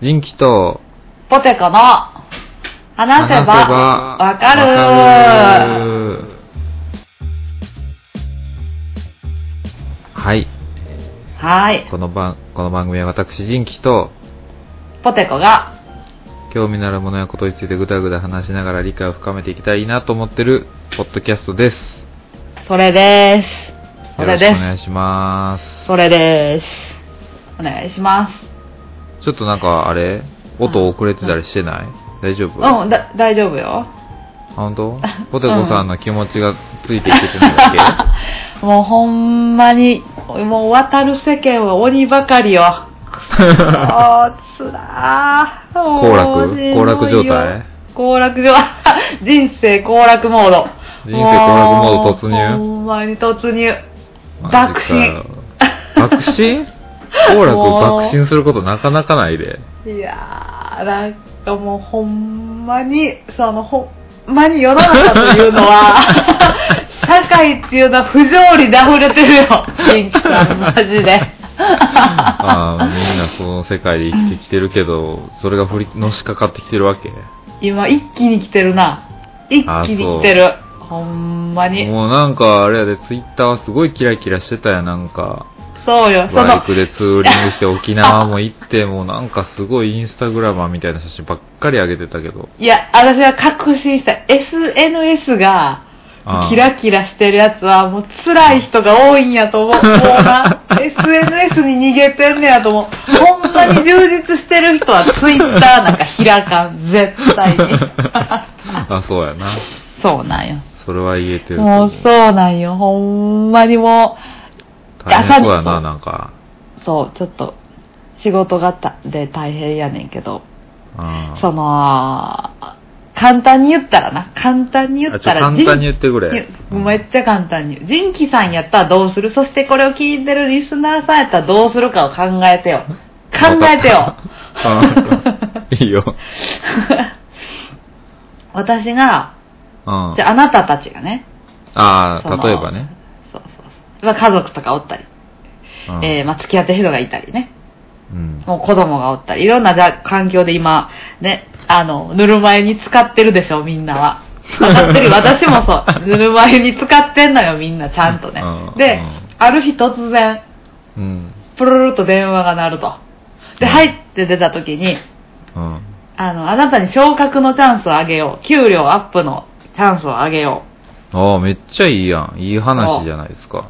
人気と、ポテコの話せばわかるはい。はい。この番、この番組は私、人気と、ポテコが興味のあるものやことについてぐだぐだ話しながら理解を深めていきたいなと思ってる、ポッドキャストです。それです。そよろれしくおで願いします。す。それです。お願いします。ちょっとなんか、あれ音遅れてたりしてない大丈夫うん、だ、大丈夫よ。本 当ポテコさんの気持ちがついていけてないだもうほんまに、もう渡る世間は鬼ば かりよ。 おーつらー。け行もう楽しんどいよ行楽状態行楽状 人生行楽モード。人生行楽モード突入もうほんまに突入。マジかよ爆 心行楽を爆心することなかなかない で。いやー、なんかもうほんまに、そのほんまに世の中というのは、 社会っていうのは不条理で溢れてるよ。元気さん、マジで。ああ、みんなその世界で生きてきてるけど、それが振り、のしかかってきてるわけ。今一気に来てるな一気に来てるほんまにもうなんか、あれやで、ツイッターはすごいキラキラしてたやん、なんか。そうよそバイのクでツーリングして沖縄も行 って、もうなんかすごいインスタグラマーみたいな写真ばっかり上げてたけど。いや私は確信した SNS がああキラキラしてるやつはもう辛い人が多いんやと思 うもうな SNS に逃げてんねやと思うほんまに充実してる人は Twitter なんか開かん絶対 にあ、そうやな。そうなんよそれは言えてると思もうそうなんよほんまにもう大変そうや朝な、になんか。そう、ちょっと、仕事がたで大変やねんけど、うん。その、簡単に言ったらな、簡単に言あっちょたら、簡単に言ってくれ人。めっちゃ簡単に言う。人気さんやったらどうするそしてこれを聞いてるリスナーさんやったらどうするかを考えてよ。考えて よ。うん。いいよ。私が、うんじ。ゃああなたたちがね、あそあ、の例えばね。そうそう。まあ家族とかおったり、うんえー、まあ付き合ってる人がいたりね。うん。もう子供がおったり、いろんなじゃ環境で今、ね、あの、ぬるま湯に使ってるでしょ、みんなは。 わかってる、私もそう。ぬるま湯に使ってんのよ、みんな、ちゃんとねうん。うでん、ある日突然、うん。プルルルと電話が鳴ると。で、うん入って出た時に、うん。あの、あなたに昇格のチャンスをあげよう。給料アップのチャンスをあげよう。ああ、めっちゃいいやん。いい話じゃないですか。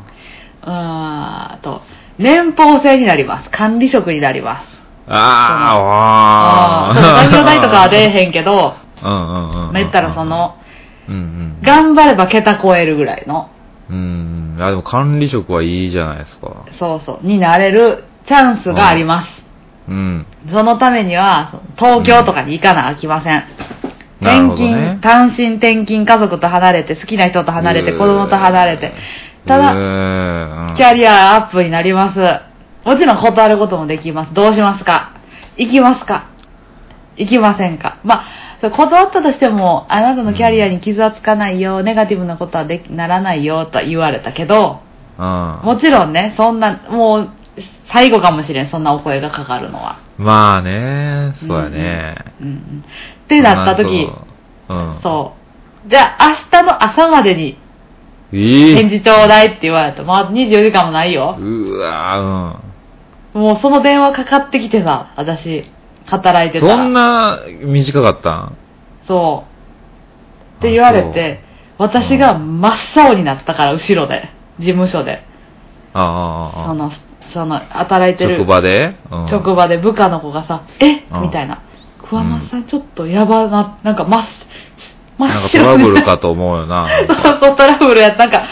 うーんと、年俸制になります。管理職になります。ああ、わうんあ。残業代とかは出えへんけど、うんうんうんうん。まあ言ったらその、うんうん。頑張れば桁超えるぐらいの、うん。あ、でも管理職はいいじゃないですか。そうそう、になれるチャンスがあります。うん。そのためには、東京とかに行かなあきませなん。る転ほど勤、ね。単身転勤、家族と離れて、好きな人と離れて、うー子供と離れて、ただうーんキャリアアップになります。もちろん断ることもできます。どうしますか行きますか行きませんかまあ、それ断ったとしても、あなたのキャリアに傷はつかないよ、ネガティブなことはできならないよ、とは言われたけど、うん。もちろんね、そんな、もう、最後かもしれん、そんなお声がかかるのは。まあね、そうやね。うんうん。ってなった時、うん。そう。じゃあ、明日の朝までにう。い返い。事ちょうだいって言われて、まあ、24時間もないよ。うわもうその電話かかってきてさ、私、働いーうん。てたら。そんな短かったんそう。って言われて、私がう真っ青になったから、後ろで。事務所で。ああああそああ、の、その、働いてる職場で、うん職場で部下の子がさ、えうんみたいな。桑間さん、ちょっとやばな、なんか真っ、なん真っかト白ラにブルかと思うよ な。そうそう、トラブルやった。な んか、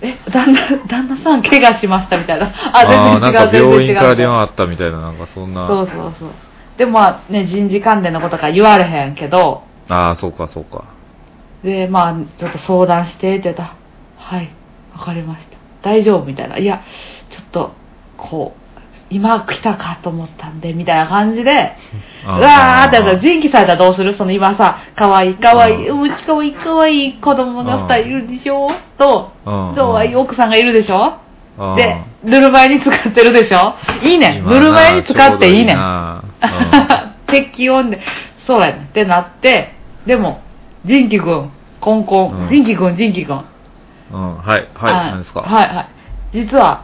え、旦那、旦那さん怪我しましたみたいな。あ、あ全ーなんか然違う、全病然違院う。から電話あったみたいな、なんかそんな。そうそうそう。で、まあね、人事関連のことから言われへんけど、ああ、そうか、そうか。で、まあ、ちょっと相談してって言ったら、はい、わかりました。大丈夫みたいな。いや、ちょっと、こう、今来たかと思ったんで、みたいな感じで、うわーってやったら、人気されたらどうするその今さ、かわいいかわいい、ううん、かわいいかわいい子供が二人いるでしょと、どういい奥さんがいるでしょうんで、ぬるま湯に使ってるでしょいいねん。今ぬるま湯に使っていいねん。な 適温で、そうやねってなって、でも、ジンキ君、コンコン、うんジンキ君、ジンキ君。はい、うん、はい、はい、何ですかはい、はい。実は、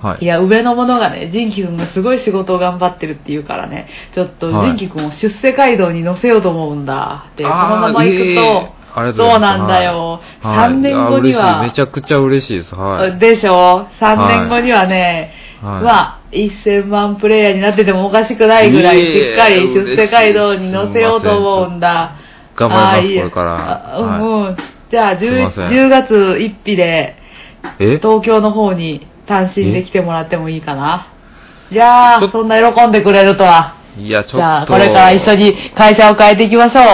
はいや、上の者がね、ジンキ君がすごい仕事を頑張ってるって言うからね、ちょっとはいジンキ君を出世街道に乗せようと思うんだって、このまあーま行えくえと、ありがとうございまそうすなんだ。よ。はい3年後にあ嬉しいめはち、ゃくちゃ嬉しいです。はい。でしょ ?3 年後にはね、はいまあ、1000万プレイヤーになっててもおかしくないぐらいい、えいしえっかり出世街道に乗せようと思うんだ。頑張ります、あーこれから。いいえあはいうんうん。じゃあすいま10、せん10月1日で、え東京の方に単身で来てもらってもいいかな。いやー、ちょそんな喜んでくれるとは。いや、ちょっと。じゃあ、これから一緒に会社を変えていきましょう。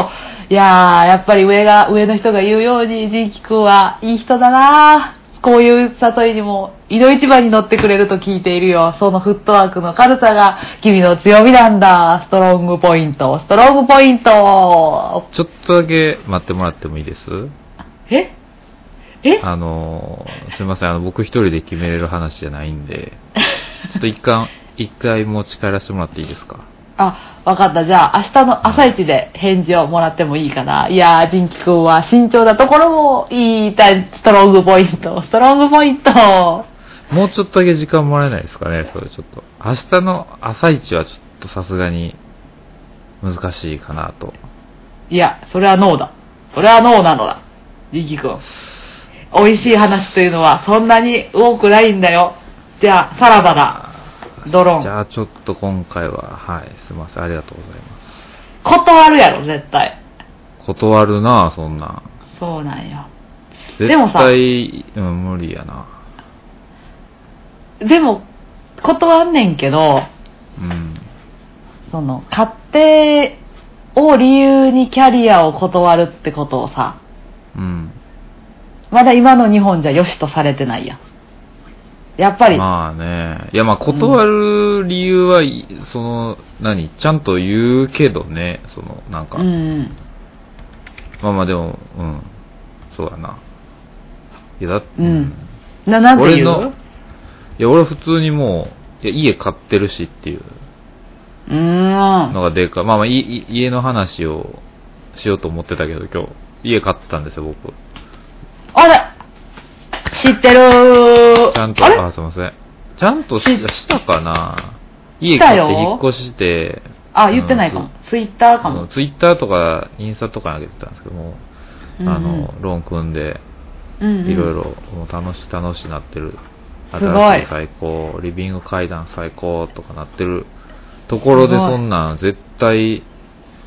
いやー、やっぱり上が、上の人が言うように、ジンキ君はいい人だなー。こういう誘いにも、井戸一番に乗ってくれると聞いているよ。そのフットワークの軽さが君の強みなんだ。ストロングポイント、ストロングポイント。ちょっとだけ待ってもらってもいいですええあのー、すいません、あの、僕一人で決めれる話じゃないんで、ちょっと一回、 一回持ち帰らせてもらっていいですかあ、わかった。じゃあ、明日の朝一で返事をもらってもいいかな。いやー、ジンキ君は慎重なところもいいタイプストロングポイント、ストロングポイント。もうちょっとだけ時間もらえないですかね、それちょっと。明日の朝一はちょっとさすがに難しいかなと。いや、それはノーだ。それはノーなのだ。ジキ君。美味しい話というのはそんなに多くないんだよ。じゃあ、さらばだ。ドロじーン。ゃあちょっと今回は、はい、すいません、ありがとうございま断るやろ、絶対。す。断るなそんなん。そうなんよ。絶対、でもさうん、無理やな。でも、断んねんけど、うん。その、勝手を理由にキャリアを断るってことをさ、うん。まだ今の日本じゃ良しとされてないやん。やっぱり、まあね。いや、まあ、断る理由はい、その、何ちゃんと言うけどね。その、なんか。うんうん。まあまあ、でも、うん。そうだな。いや、だって、うんな、なんて俺言のう、いや、俺は普通にもう、いや、家買ってるしっていううーん。のがでかい。まあまあ、いい家の話をしようと思ってたけど、今日、家買ったんですよ、僕。あれ知ってるーちゃんと、あれあ、すいません。ちゃんとしししたかな家した買よって引っ越して、あ、言ってないかも。ツイッターかも。ツイッターとかインスタとかに上げてたんですけども、うんうんあの、ローン組んで、うんうんいろいろ、もう楽しい楽しいなってる。すごい新しい最高、リビング階段最高とかなってるところで、すごいそんなん絶対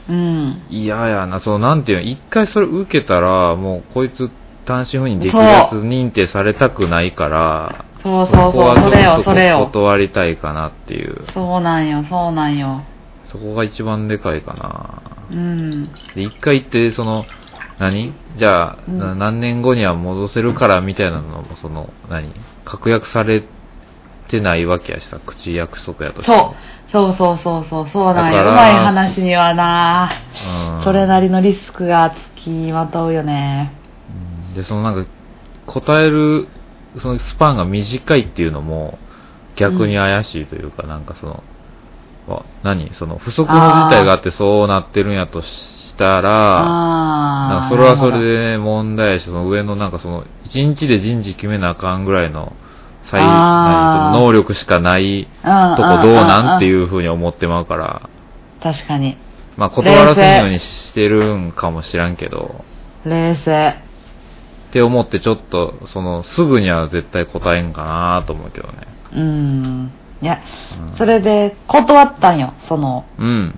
うん。嫌やな、そのなんていうの、一回それ受けたら、もうこいつ単身赴任できるやつそう認定されたくないから、そうそこうそはう、それちょっよ、とそれよ。断りたいかなっていう。そうなんよ、そうなんよ。そこが一番でかいかな。うん。で、一回行って、その、何じゃあ、うんな何年後には戻せるからみたいなのも、その、何確約されてないわけやしさ、口約束やとしてそう。そうそうそうそう、そうなんよ。だうからまい話にはなうん。それなりのリスクがつきまとうよね。うんで、そのなんか、答える、そのスパンが短いっていうのも、逆に怪しいというか、なんかその、あ何その、不足の事態があってそうなってるんやとしたら、なんあかあそれはそれでね問題やし、その上のなんかその、一日で人事決めなあかんぐらいの、最、あー何その能力しかないととこどうなんってういうふうに思ってまうから、ん。確かに。まあ断らせんようにしてるんかもしらんけど、冷静。って思ってちょっと、その、すぐには絶対答えんかなと思うけどね。うん。いや、うんそれで断ったんよ、その、うん。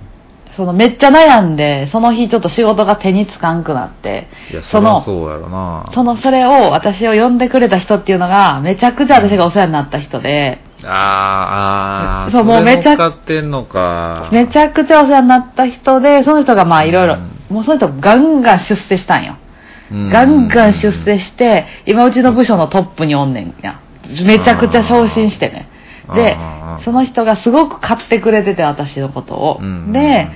そのめっちゃ悩んで、その日ちょっと仕事が手につかんくなって、いや、そそりのゃそうやろなそのそれを私を呼んでくれた人っていうのが、めちゃくちゃ私がお世話になった人で、あー、あー、そうもうめちゃそれ乗っかってんのか。めちゃくちゃお世話になった人で、その人がまあいろいろうん、もうその人ガンガン出世したんよ。うんガンガン出世して、今うちの部署のトップにおんねんや。めちゃくちゃ昇進してね。であー、その人がすごく買ってくれてて、私のことを。うんで、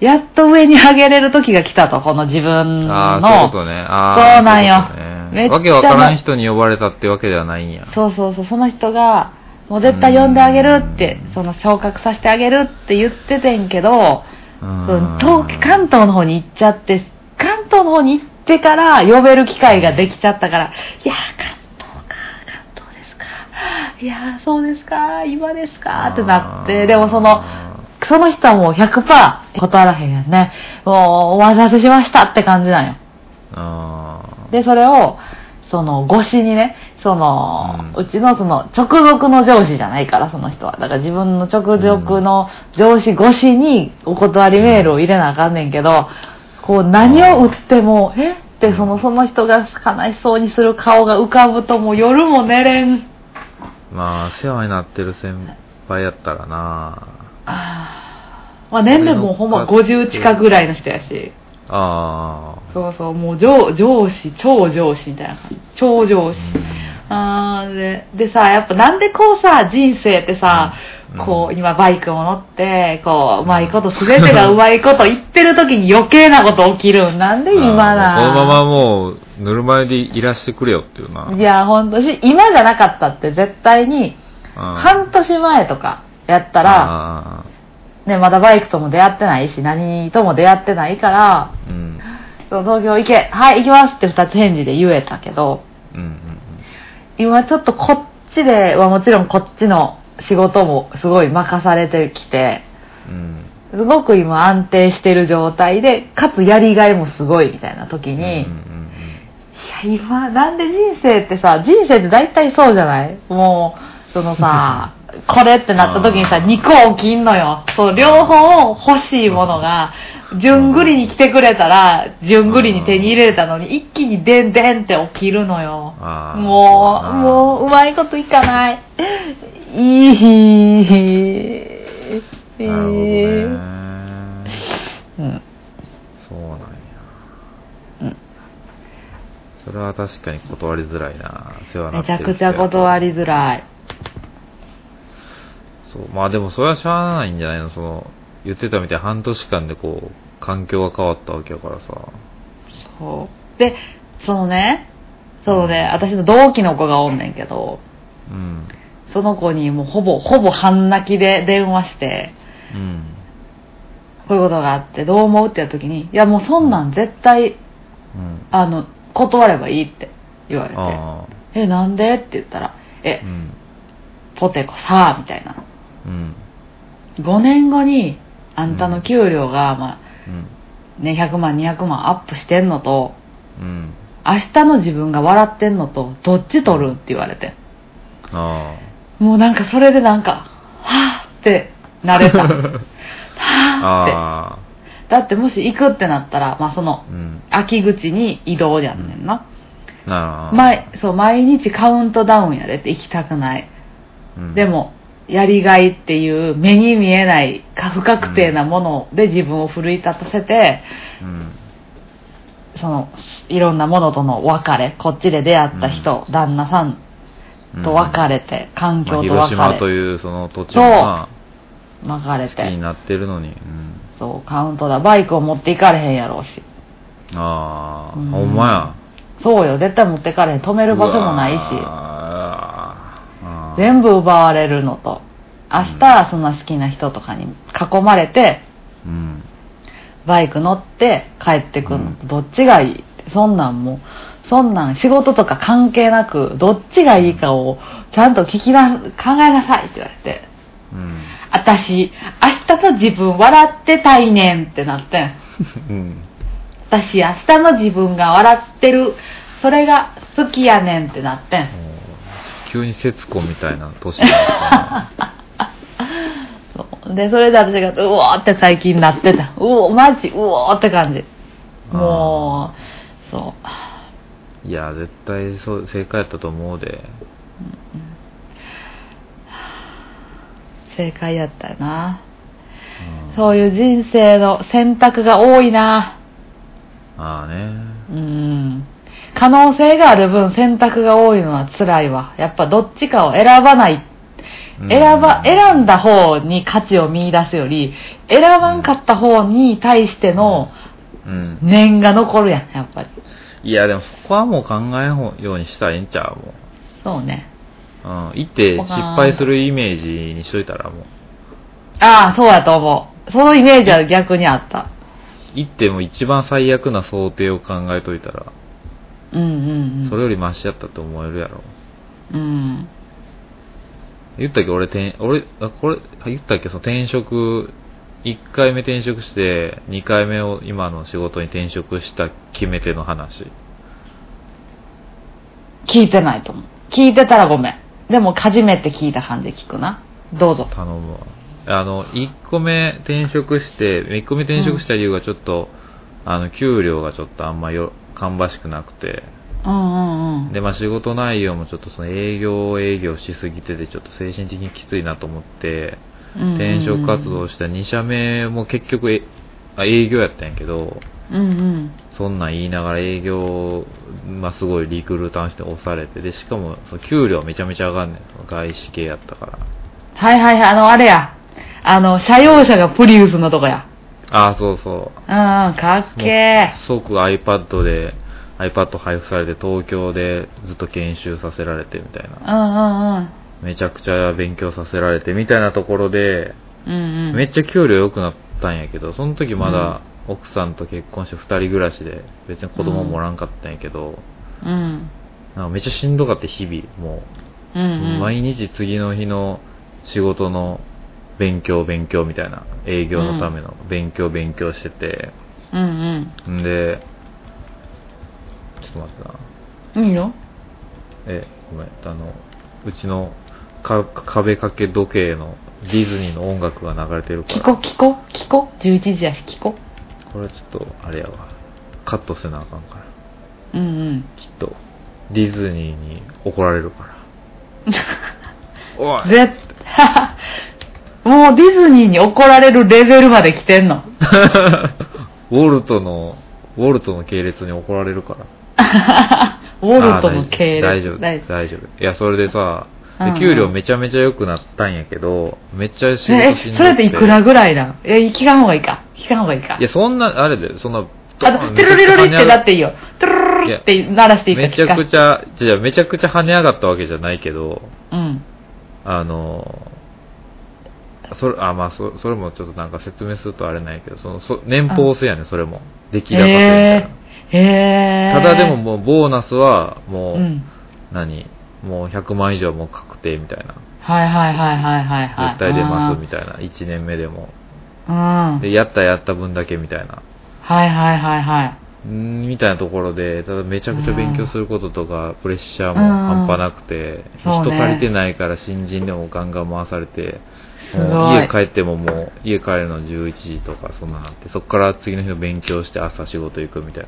やっと上に上げれる時が来たと、この自分ああ、の。そういうことね。あーそうなんよそういうことめねっちゃわけわからん人に呼ばれたってわけではないんや。そうそうそう、その人が、もう絶対呼んであげるって、その昇格させてあげるって言っててんけど、うん東関東の方に行っちゃって、関東の方に行ってから呼べる機会ができちゃったから、いやー、関東か、関東ですか、いやー、そうですか、今ですか、ってなって、でもその、その人はもう100%断らへんやんね。もう、お待たせしましたって感じなんよ。あーで、それを、その、越しにね、その、ううんちのその、直属の上司じゃないから、その人は。だから自分の直属の上司越しにお断りメールを入れなあかんねんけど、こう、何を打っても、えって、その、その人が悲しそうにする顔が浮かぶと、もう夜も寝れん。まあ、世話になってる先輩やったらなまあ、年齢もほんま50近くぐらいの人やし。ああ。そうそう、もう上上司、超上司みたいな感じ。超上司。うんあーででさやっぱなんでこうさ人生ってさ、うんこう今バイクを乗ってこううまいこと全てがうまいこと言ってる時に余計なこと起きるんなんで今なあーこのままもう、ぬるま湯でいらしてくれよっていうな。いや本当し今じゃなかったって絶対にうん、半年前とかやったら、ら、ね、まだバイクとも出会ってないし何とも出会ってないからうん。そう東京行けはい行きますって二つ返事で言えたけどうんうん今ちょっとこっちではもちろんこっちの仕事もすごい任されてきてうん。すごく今安定してる状態でかつやりがいもすごいみたいな時うん。に、うんいや今なんで人生ってさ人生って大体そうじゃないもうそ のさこれってなった時にさあー2個起きんのよそう両方欲しいものが順繰りに来てくれたら順繰りに手に入れたのに一気にでんでんって起きるのよあーもう、もう、そうまいこといかない。いいひうだななるほどね。そうなんうん。や。うんそれは確かに断りづらいな。世話になめっちてゃるくちゃ断りづらい。そう。まあでもそれはしゃあないんじゃないのその、言ってたみたいに半年間でこう、環境が変わったわけやからさ。そう。で、そのね、そのね、私の同期の子がおんねんけど、うん。その子にもうほぼ、ほぼ半泣きで電話して、うん。こういうことがあってどう思うってやった時に、いやもうそんなん絶対、うん。あの、断ればいいって言われて、ああ。え、なんでって言ったら、えう、ん。ポテコさ、みたいな。うん。 5年後にあんたの給料が、まうん。あね、100万200万アップしてんのとうん。明日の自分が笑ってんのとどっち取るんって言われてあもうなんかそれでなんかはぁってなれた あ。はぁっああ。てだってもし行くってなったら、まあ、そのうん。秋口に移動やんねんな、なあ。毎そう毎日カウントダウンやでって行きたくないうんで、もやりがいっていう目に見えないか不確定なもので自分を奮い立たせて、うん。そのいろんなものとの別れこっちで出会った人、旦那さんと別れて、環まあ境と広別島とれいうその土地が別れ好きにてなってるのに。うん。そうカウントだバイクを持っていかれへんやろうしああ、うんほんまそうよ絶対持っていかれへん止めや。る場所もないうしわーあー全部奪われるのと明日そんな好きな人とかに囲まれてうん。バイク乗って帰ってくるのと、うんどっちがいいってそんなんもうそんなん仕事とか関係なくどっちがいいかをちゃんと聞きな考えなさいって言われて うん。私、明日の自分笑ってたいねんってなってん。うん。私、明日の自分が笑ってる。それが好きやねんってなってん。もう急に節子みたいな年になっ たなそうで、それで私が、うおーって最近なってた。うおー、マジ、うおーって感じ。もう、そう。いや、絶対そう、正解やったと思うで。正解やったよな。うんそういう人生の選択が多いな。ああね。うん。可能性がある分選択が多いのは辛いわ。やっぱどっちかを選ばないうん選ば、選んだ方に価値を見出すより、選ばんかった方に対してのうん。念が残るやん、やっぱり。いや、でもそこはもう考えんようにしたらええんちゃうもう。そうね。ううん、行って失敗するイメージにしといたらもう、ああ、そうやと思う。そのイメージは逆にあった。行っても一番最悪な想定を考えといたら、うんうんうん。それよりマシやったと思えるやろ。うん。言ったっけ俺、転俺、あ、これ、あ言ったっけその転職、1回目転職して、2回目を今の仕事に転職した決め手の話。聞いてないと思う。聞いてたらごめん。でも、初めて聞いた感じで聞くな。どうぞ。頼むわ。あの、1個目転職して、1個目転職した理由がちょっと、あの、給料がちょっとあんまよ、芳しくなくて、うんうんうん。で、まあ仕事内容もちょっとその営業営業しすぎてて、ちょっと精神的にきついなと思って、うんうんうん転職活動した2社目も結局えあ営業やったんやけど、うんうん。そんなん言いながら営業、まあすごいリクルーターの人に押されて、で、しかもその給料めちゃめちゃ上がんねん。その外資系やったから。はいはいはい、あの、あれや。あの、車用車がプリウスのとこや。ああ、そうそう。うんうん、かっけえ。即 iPad で、iPad 配布されて東京でずっと研修させられてみたいな。うんうんうん。めちゃくちゃ勉強させられてみたいなところで、うんうん。めっちゃ給料良くなったんやけど、その時まだ奥さんと結婚して二人暮らしで、別に子供もおらんかったんやけど、うん。なんかめっちゃしんどかった日々、もうんう、うん。毎日次の日の仕事の勉強勉強みたいな、営業のための勉強勉強してて、うんんで、ちょっと待ってな。うん。いいよ。え、ごめん、あの、うちのか壁掛け時計のディズニーの音楽が流れてるか聞ら、こ、聞こ、聞こ。11時やし、聞こ。これはちょっと、あれやわ、カットせなあかんから、うんうん。きっと、ディズニーに怒られるから。おい絶 もうディズニーに怒られるレベルまで来てんの。 ウォルトの、ウォルトの系列に怒られるから。ウォルトの経営あー大丈夫、大大丈夫。大丈夫いや、それでさ、でうん給料めちゃめちゃ良くなったんやけど、めっちゃ仕事しんどくえ、それっていくらぐらいなんえ、聞かんほうがいいか。聞かんほうがいいかい。や、そんな、あれだよ、そんな、ドあーと、ンテロリロリってなっめていいよ。トゥルルルルって鳴らしていいかち聞ゃかくちゃ、じゃあめちゃくちゃ跳ね上がったわけじゃないけど、うん。あの、それ、あ、まあ、そそれもちょっとなんか説明するとあれないけど、その、そ年俸制やね、それも。出来高制みたいなへえ。へえ。ただでももう、ボーナスは、もう、うん。何もう100万以上もう確定みたいな。はいはいはいはいはいはい。絶対出ますみたいな。1年目でも。うん。で、やったやった分だけみたいな。はいはいはいはい。うんみたいなところで、ただめちゃくちゃ勉強することとか、プレッシャーもうん半端なくて、そうね人借りてないから新人でもガンガン回されて、すごいもう家帰ってももう、家帰るの11時とかそんなのあって、そこから次の日の勉強して朝仕事行くみたい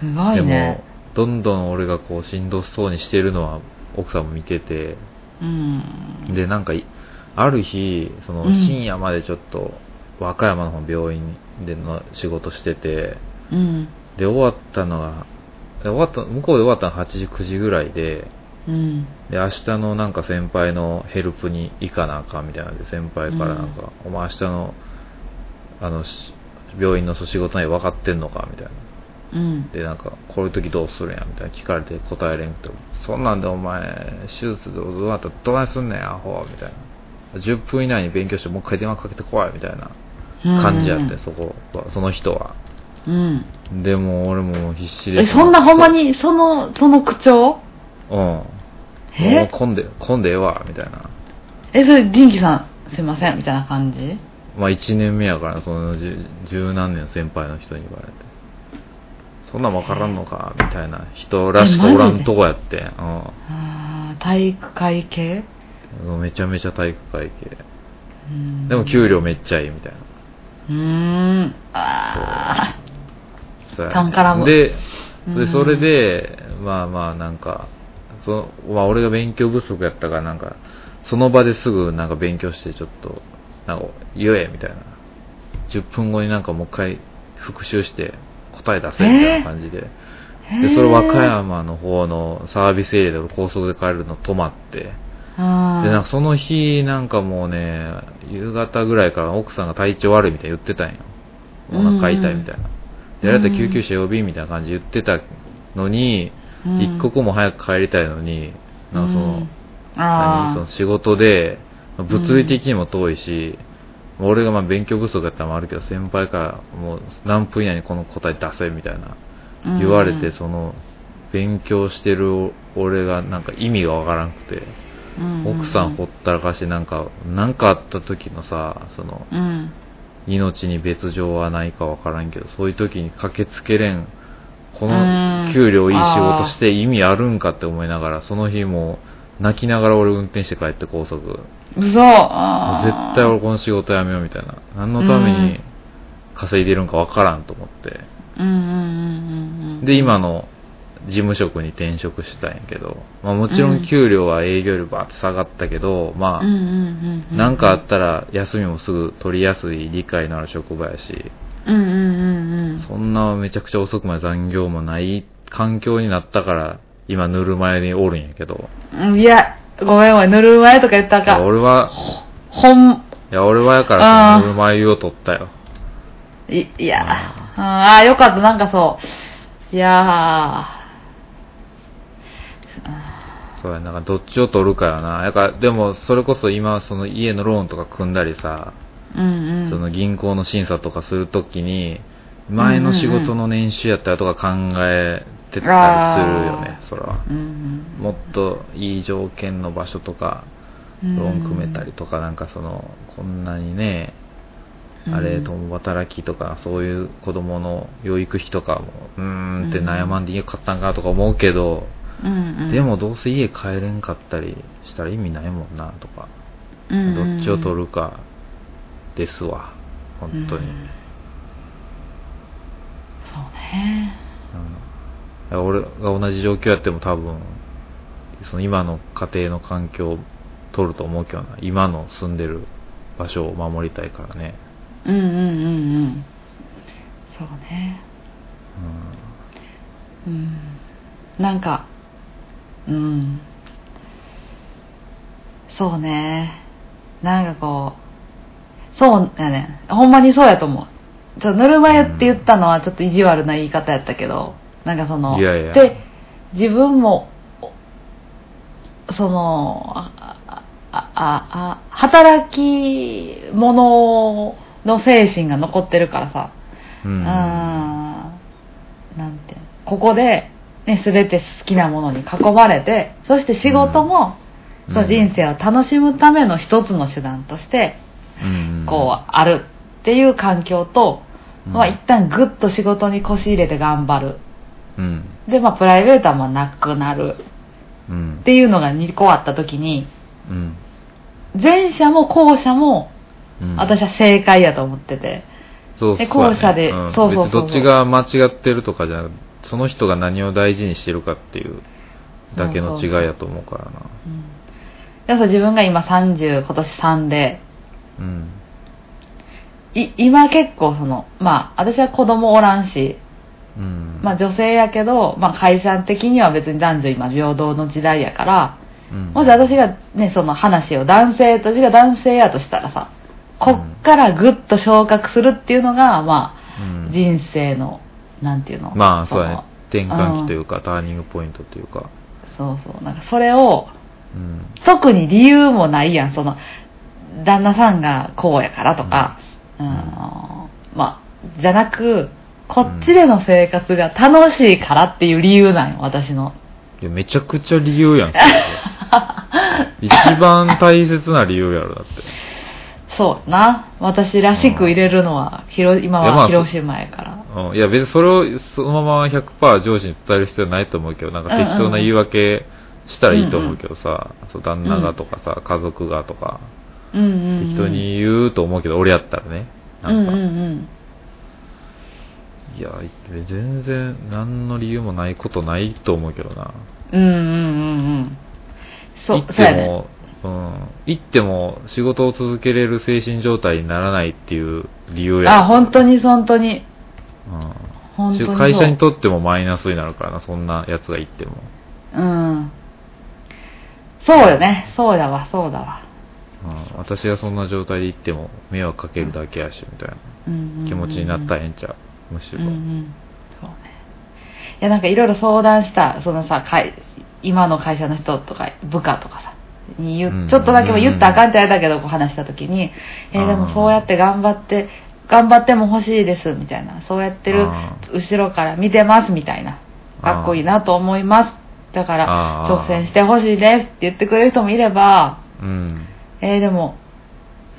すな。ごいでもね。、どんどん俺がこうしんどそうにしてるのは奥さんも見てて、うん。で、なんかい、ある日、そのうん深夜までちょっと、和歌山の方の病院での仕事してて、うん。で、終わったのが、で終わった、向こうで終わったのが8時、9時ぐらいで、うん。で、明日のなんか先輩のヘルプに行かなあかんみたいなんで、先輩からなんか、お前明日の、あの、し病院の仕事内容分かってんのかみたいな。うん。で、なんか、こういう時どうするんやみたいな聞かれて答えれんくて、そんなんでお前、手術でどうなったらどないすんねん、アホはみたいな。10分以内に勉強して、もう一回電話かけてこい、みたいな感じやって、そこは、その人は。うん。でも、俺も必死で。え、そんなほんまに、その、その口調うん。もうえ混んで、混んでええわ、みたいな。え、それ、ジンキさん、すいません、みたいな感じまあ1年目やから、その十十何年先輩の人に言われて。そんなんわからんのか、みたいな人らしかおらんとこやって。あー体育会系うん。めちゃめちゃ体育会系。うんでも給料めっちゃいいみたいな。うーん。あそうやねタンからもで、うでんそれで、まあまあなんか、そのまあ、俺が勉強不足やったから、なんか、その場ですぐなんか勉強して、ちょっと、なんか、言えみたいな。10分後になんかもう一回復習して、答え出せみたいな感じで。ー。で、それ和歌へー。山の方のサービスエリアで俺高速で帰るの止まって。あで、なんーかその日、なんかもうね、夕方ぐらいから奥さんが体調悪いみたいに言ってたんよ。お腹痛いみたいな。で、あれだったら救急車呼びみたいな感じで言ってたのに、うん一刻も早く帰りたいのに、なんかその、うんあー何その仕事で、物理的にも遠いし、俺がまあ勉強不足だったのもあるけど、先輩からもう何分以内にこの答え出せみたいなうん言われて、その、勉強してる俺がなんか意味がわからなくて、うん奥さんほったらかしなんか、なんかあった時のさ、その、うん命に別状はないかわからんけど、そういう時に駆けつけれん、こうのん給料いい仕事して意味あるんかって思いながら、その日もう泣きながら俺運転して帰って高速。もう嘘あー絶対俺この仕事やめようみたいな。何のためうにん稼いでるんかわからんと思って。うんうんうんうんうんで、今の事務職に転職したんやけど、まあもちろん給料は営業よりバーって下がったけど、まあ、うんうんうんうんなんかあったら休みもすぐ取りやすい理解のある職場やし、うんうんうんうんそんなめちゃくちゃ遅くまで残業もない環境になったから、今ぬるま湯におるんやけど、うんいやごめんごめんぬるま湯とか言ったらあいやかん俺は、ほんいや俺はやからあそのーぬるま湯を取ったよ。いいやあーあーよかったなんかそういやーそうや、なんかどっちを取るかよな。やから、でもそれこそ今その家のローンとか組んだりさ、うんうんその銀行の審査とかするときに、前の仕事の年収やったらとか考えてたりするよねあ、それは。うんもっといい条件の場所とか、うロんーン組めたりとか、なんかその、こんなにね、うんあれ、共働きとか、そういう子供の養育費とかも、うーんって悩まんでよかったんかとか思うけど、うんうんでもどうせ家帰れんかったりしたら意味ないもんな、とか、うんうんうんどっちを取るか、ですわ、本当に。ううんんそうねだから俺が同じ状況やっても多分、その今の家庭の環境を取ると思うけどな、今の住んでる場所を守りたいからね。うんうんうんうんそうねうんうんなんかうんそうねなんかこうそうやねほんまにそうやと思うちょぬるま湯って言ったのはちょっと意地悪な言い方やったけどなんかそのいやいやで自分もおそのあああああ働き者の精神が残ってるからさ、うんあーなんていうのここで、ね、全て好きなものに囲まれてそして仕事も、うんそう人生を楽しむための一つの手段として、うんこうあるっていう環境と、うんまあ、一旦グッと仕事に腰入れて頑張るうんで、まあ、プライベートはまあなくなるうんっていうのが2個あった時にうん前者も後者もうん私は正解やと思ってて。そうでそうやね後者でんそうそうそうそう別にどっちが間違ってるとかじゃなくてその人が何を大事にしてるかっていうだけの違いやと思うからなうんだからさ自分が今30今年3でうんい今結構そのまあ私は子供おらんし、うんまあ、女性やけど、まあ、会社的には別に男女今平等の時代やからうんもし私がねその話を男性と私が男性やとしたらさこっからぐっと昇格するっていうのが、まうあ、ん人生のなんていうのまあそうやのね転換期というかターニングポイントというかそうそうなんかそれをうん特に理由もないやんその旦那さんがこうやからとか、ううんんまあじゃなくこっちでの生活が楽しいからっていう理由なんよ私のいやめちゃくちゃ理由やんそれ一番大切な理由やろだってそうな私らしく入れるのは、広今いやまはあ広島やから、うんいや別にそれをそのまま100%上司に伝える必要はないと思うけど、なんか適当な言い訳したらいいと思うけどさ、そう旦那がとかさ、家族がとか、うんうんうん、適当に言うと思うけど、俺やったらね。うなんんうんか、うんいや、全然何の理由もないことないと思うけどな。うんうんうんうんそ行うっそうやてねも、うん、行っても仕事を続けれる精神状態にならないっていう理由や。あ本当に本当にうん本当にそう会社にとってもマイナスになるからな、そんな奴が行っても。うんそうよねそうだわそうだわうん、私がそんな状態で行っても迷惑かけるだけやし、みたいうんうんうんうんな気持ちになったらええんちゃう、むしろ。うんうんそうねいやなんかいろいろ相談したそのさかい今の会社の人とか部下とかさにうんうんうん言うちょっとだけも言ったらあかんってあれだけどこう話した時に、えーであもーそうやって頑張って頑張っても欲しいですみたいなそうやってるあ後ろから見てますみたいなかっこいいなと思いますだからあー挑戦してほしいですって言ってくれる人もいればうんえーでも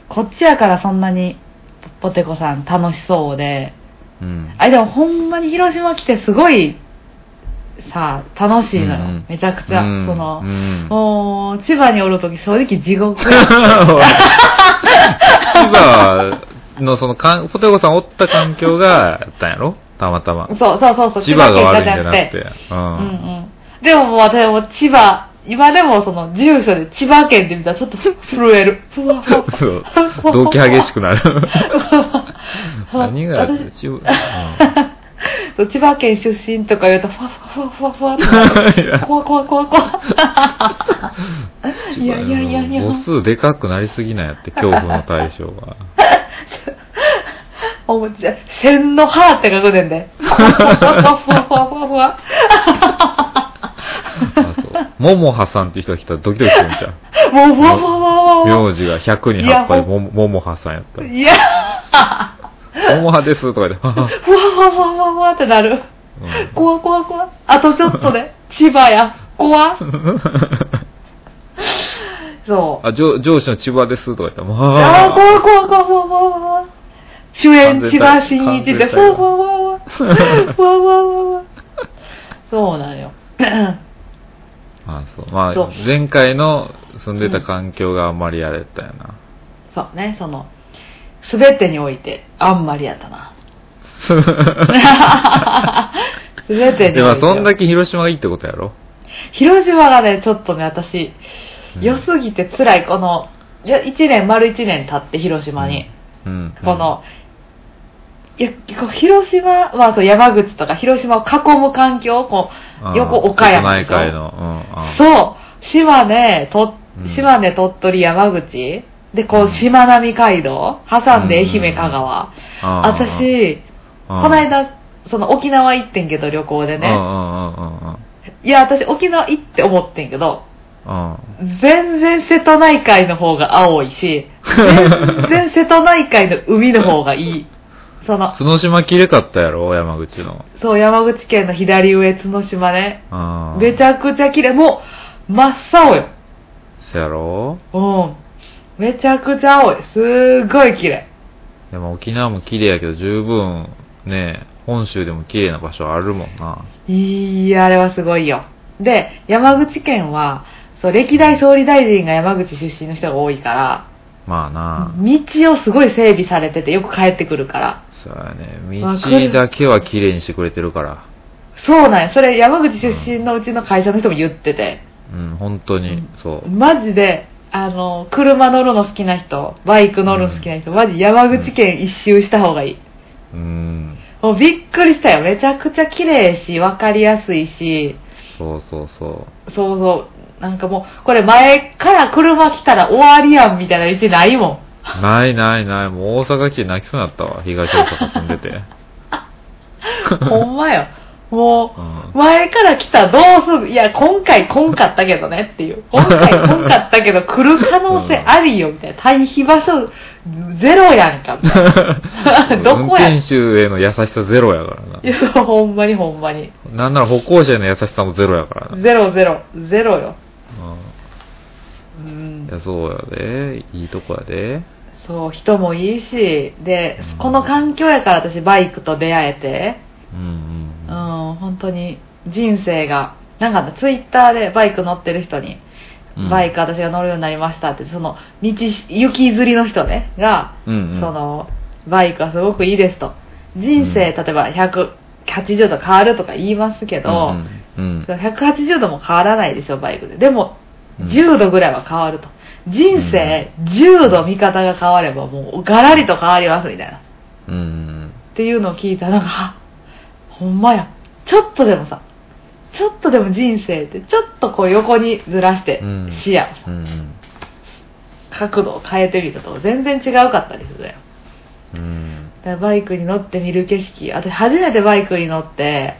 こっちやからそんなにポテコさん楽しそうでうんあでもほんまに広島来てすごいさ楽しいのよ、うんめちゃくちゃ、うんその、うんもう千葉におる時正直地 獄千葉のそのかん、ポテコさんおった環境が、やったんやろたまたまそ。うそうそうそう千葉が悪いんじゃ千な葉県くじて。うゃなくてうんん。うんでももう私はもう千葉今でもその住所で千葉県って見たらちょっと震えるふわふわそう。 動機激しくな る。何が、私千葉、千葉県出身とか言うとふわふわふわふわふわってないやる怖い怖い怖い怖いうんいやいやいやいや母数でかくなりすぎなんやって、恐怖の対象が。おもちゃ、千の葉って書くねんで。ふわふわふわふわふわふわ。あ、そう。ももはさんっていう人が来たらドキドキするんちゃうもうふわふわふわふわ名字が100に葉っぱでもももはさんやったふわ。いや、ら。ももはですとかで、ははふわふわふわふわふわってなる。うん怖怖怖。あとちょっ とで、千葉や。怖。そう。あ上上司の千葉ですとか言ったら、まあ、あー、怖怖怖怖怖怖。主演千葉真一って、完全体ふわふわふわふわ。 ふわふわふわふわ。そうなんよ。 まあそうまそうあ、前回の住んでた環境があんまりやれたよな。そうね、その、すべてにおいて、あんまりやっ たな。すべてにでおも、いて。そんだけ広島がいいってことやろ広島がね、ちょっとね、私、うん良すぎて辛い、この、いや、一年、丸一年経って広島に、うん。うんこ、の、いや、こう広島は、そう、山口とか広島を囲む環境、こあー横岡山瀬戸内海の、うん。あう、そう、島根、とうん、島根、鳥取、山口、で、こうんう、しまなみ海道、挟んで愛媛、香川。あー、私、うんこの、間、その沖縄行ってんけど、旅行でうんね。うんうんうんいや、私沖縄行って思ってんけど、うんうん。全然瀬戸内海の方が青いし、全然瀬戸内海の海の方がいい。その、角島きれかったやろ山口の。そう、山口県の左上、角島ね。うん。めちゃくちゃ綺麗。もう、真っ青よ。そやろうん。めちゃくちゃ青い。すーごい綺麗。でも沖縄も綺麗やけど、十分、ね、本州でも綺麗な場所あるもんな。いや、あれはすごいよ。で、山口県は、そう、歴代総理大臣が山口出身の人が多いから、まあな。道をすごい整備されてて、よく帰ってくるから。そうやね。わかる道だけは綺麗にしてくれてるから。そうなんや。それ山口出身のうちの会社の人も言ってて。うん、本当に、うんそう。マジで、あの、車乗るの好きな人、バイク乗るの好きな人、マジ山口県一周した方がいい。うん、もうびっくりしたよ。めちゃくちゃ綺麗し、わかりやすいし、そうそうそそうそう。なんかもう、これ前から車来たら終わりやんみたいな道ないもん。う。ないないない、もう大阪来て泣きそうになったわ、東大阪住んでて。ほんまよ。もうう、ん。前から来たらどうするいや、今回来んかったけどねっていう。今 回来んかったけど来る可能性ありよ、みたいな。対比場所ゼロやん か、みたいな ど運こやん。い転手への優しさゼロやからや、ほんまにほんまに。な。なんなら歩行者への優しさもゼロやからな。ゼロゼロ、ゼロよ。ううん。んい。や、そうやで。いいとこやで。そう、人もいいし、でうん、この環境やから私バイクと出会えて、うんうん、うん。本当に人生が、なんかツイッターでバイク乗ってる人に、うんバイク私が乗るようになりましたって、その、道し、雪釣りの人ね、が、うん、うん。その、バイクはすごくいいですと。人生、例えば180度変わるとか言いますけど、うん、うん。うん180度も変わらないですよ、バイクで。でも、うん10度ぐらいは変わると。人生、10度見方が変われば、もう、ガラリと変わります、みたいな。っうんうん。ていうのを聞いたら、なんか、あほんまや。ちょっとでもさ、ちょっとでも人生って、ちょっとこう横にずらしてうん、視野をさ、うんうん。角度を変えてみると、全然違うかったりするだよ。うん。だからバイクに乗って見る景色、私初めてバイクに乗って、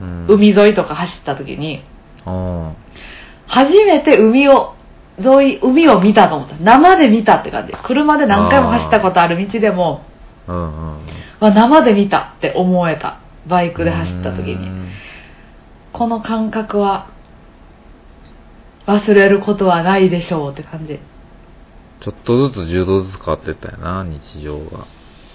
うん海沿いとか走った時に、うん。初めて海を沿い、海を見たと思った。生で見たって感じ。車で何回も走ったことある道でも、うんうん。わ生で見たって思えた。バイクで走った時うに。んこの感覚は、忘れることはないでしょうって感じ。ちょっとずつ柔道ずつ変わってったよな、日常が。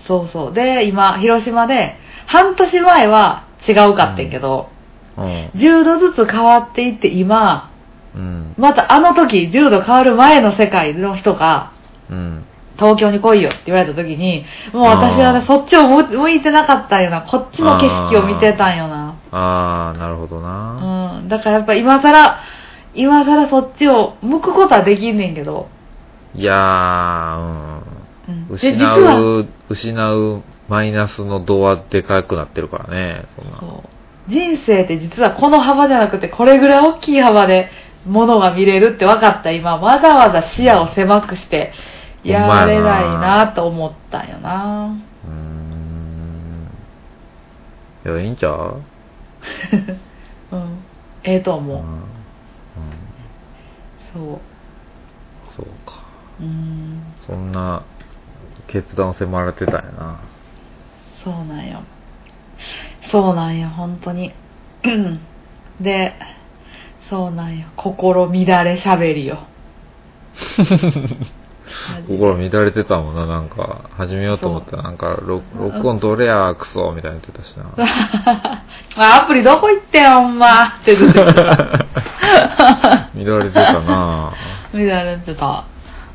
そうそう。で、今、広島で、半年前は違うかってんけど、うん。 10度ずつ変わっていって今、うん。またあの時、10度変わる前の世界の人が、うん。東京に来いよって言われた時に、もう私はあねー、そっちを向向いてなかったんよな。こっちの景色を見てたんよな。あー、なるほどな。うん。だからやっぱ今更、今更そっちを向くことはできんねんけど。いやー、ううんん。。で、実失は、う、失うマイナスの度はでかくなってるからね、そんな。そう人生って実はこの幅じゃなくて、これぐらい大きい幅で物が見れるって分かった今、わざわざ視野を狭くして、やられないなと思ったんよな。うーん。いや、いいんちゃううん。ええとうん。う思う。ん。そう。そうか。うん。そんな決断を迫られてたんやな。そうなんよ。そうなんよ、本当に。うんで、そうなんよ。心乱れ喋り よ。心乱れてたもんな、なんか、始めようと思ったら、なんか、ロ録音どれや、クソ、みたいに言ってたし な。あ、アプリどこ行ってん、ほんま。ってずっと言ってた。乱れてたな 乱れてた。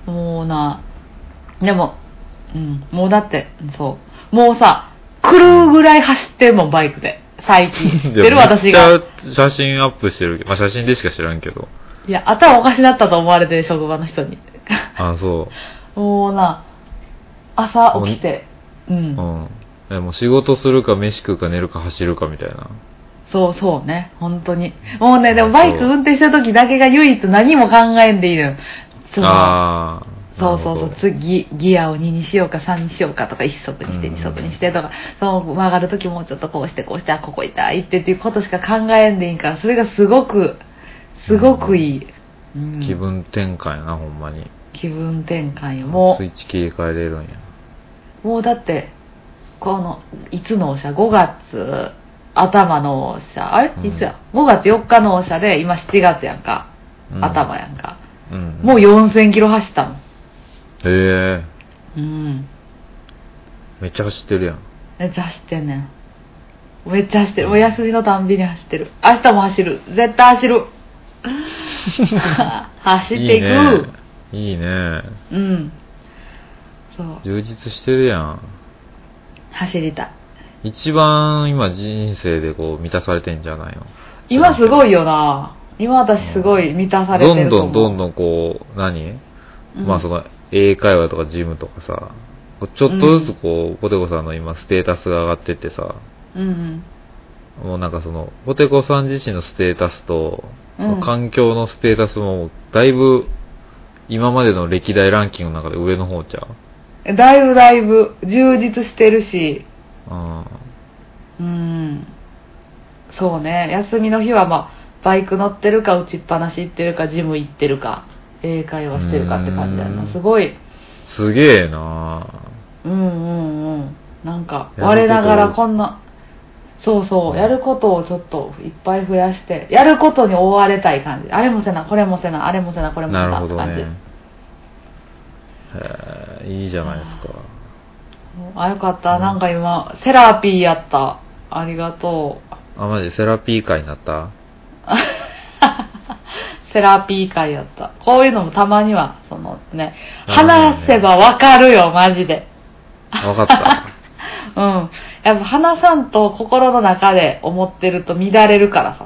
もうな。でも、うん、もうだって、そう。もうさ、狂うぐらい走ってんもん、バイク で。最近。知ってる私が。。写真アップしてるけど、まあ、写真でしか知らんけど。いや、頭おかしなったと思われてる、職場の人に。あ、そもうな、朝起きて、うう。んう。ん。え、もう仕事するか、飯食うか、寝るか、走るか、みたいな。そうそうね、本当に。もうね、でもバイク運転してる時だけが唯一何も考えんでいいのよ。そうああ。そうそなるうそほどう次ギアを2にしようか3にしようかとか1足にしてうん2足にしてとか、その曲がる時もうちょっとこうしてこうしてあここ痛いってっていうことしか考えんでいいからそれがすごくすごくいい、うん気分転換やな、ほんまに。気分転換よもスイッチ切り替えれるんや。うもうだってこのいつのお車5月頭のお車あれいつや、5月4日のお車で今7月やんかうん頭やんか、うん。もう4000キロ走ったもんへえ。うんめっちゃ走ってるやん。めっちゃ走ってんねんめっちゃ走ってるお休みのたんびに走ってる明日も走る絶対 走る走っていくいね。いいね。うんそう充実してるやん。走りたい一番今人生でこう満たされてんじゃないの今すごいよな今私すごい満たされどてんるとど思んうどんんどんこう、何、うんまあその英会話とかジムとかさ、こうちょっとずつこう、ポテコさんの今ステータスが上がってってさ、うんもうなんかその、ポテコさん自身のステータスと、うん環境のステータスもだいぶ今までの歴代ランキングの中で上の方ちゃううんだいぶだいぶ充実してるしうん。うんそうね休みの日はまあバイク乗ってるか打ちっぱなし行ってるかジム行ってるか英会話してるかって感じやうなんすごいすげえなうんうんうんなんかやることを我ながらこんなそうそうやることをちょっといっぱい増やしてやることに追われたい感じあれもせなこれもせなあれもせなこれもせなるなっほてど感じ、ね。へえいいじゃないですか。あよかった、うんなんか今セラピーやったありがとうあ、マジセラピー会になったセラピー会やったこういうのもたまにはそのねあーね話せばわかるよマジでわか った。うんやっぱ話さんと心の中で思ってると乱れるからさ